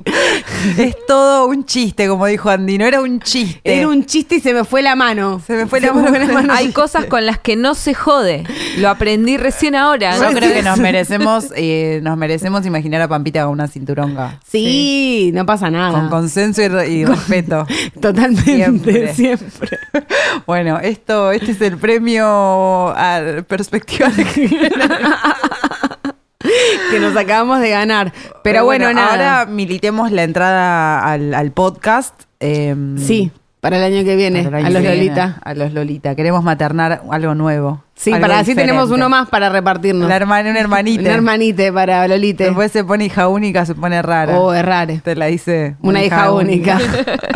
[SPEAKER 2] Es todo un chiste, como dijo Andy. No era un chiste.
[SPEAKER 3] Era un chiste y se me fue la mano.
[SPEAKER 2] Se me fue la mano.
[SPEAKER 4] Hay cosas con las que no se jode. Lo aprendí recién ahora.
[SPEAKER 2] Yo creo que nos merecemos, eh, nos merecemos imaginar a Pampita con una cinturonga.
[SPEAKER 3] Sí, no pasa nada.
[SPEAKER 2] Con consenso y, re- y respeto.
[SPEAKER 3] Totalmente, siempre.
[SPEAKER 2] Siempre.
[SPEAKER 3] (laughs) siempre.
[SPEAKER 2] Bueno, esto, este es el premio a perspectiva de género.
[SPEAKER 3] que nos acabamos de ganar. (laughs) Pero, bueno, nada.
[SPEAKER 2] Ahora militemos la entrada al, al podcast. em,
[SPEAKER 3] sí, para el año que viene,
[SPEAKER 2] para el año
[SPEAKER 3] a los
[SPEAKER 2] que viene,
[SPEAKER 3] Lolita.
[SPEAKER 2] A los Lolita. Queremos maternar algo nuevo.
[SPEAKER 3] Sí,
[SPEAKER 2] algo
[SPEAKER 3] para así tenemos
[SPEAKER 2] diferente.
[SPEAKER 3] uno más para repartirnos.
[SPEAKER 2] La hermana, una hermanita.
[SPEAKER 3] Un hermanite para Lolite.
[SPEAKER 2] Después se pone hija única, se pone rara.
[SPEAKER 3] o errar.
[SPEAKER 2] Te la dice.
[SPEAKER 3] Una hija única.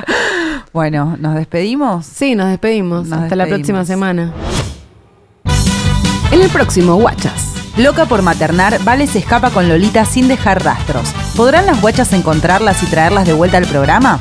[SPEAKER 2] (laughs) bueno, ¿nos despedimos?
[SPEAKER 3] Sí, nos despedimos.
[SPEAKER 2] Nos
[SPEAKER 3] Hasta la
[SPEAKER 2] despedimos.
[SPEAKER 3] próxima semana. En el próximo, Guachas.
[SPEAKER 2] Loca por maternar, Vale se escapa con Lolita sin dejar rastros. ¿Podrán las guachas encontrarlas y traerlas de vuelta al programa?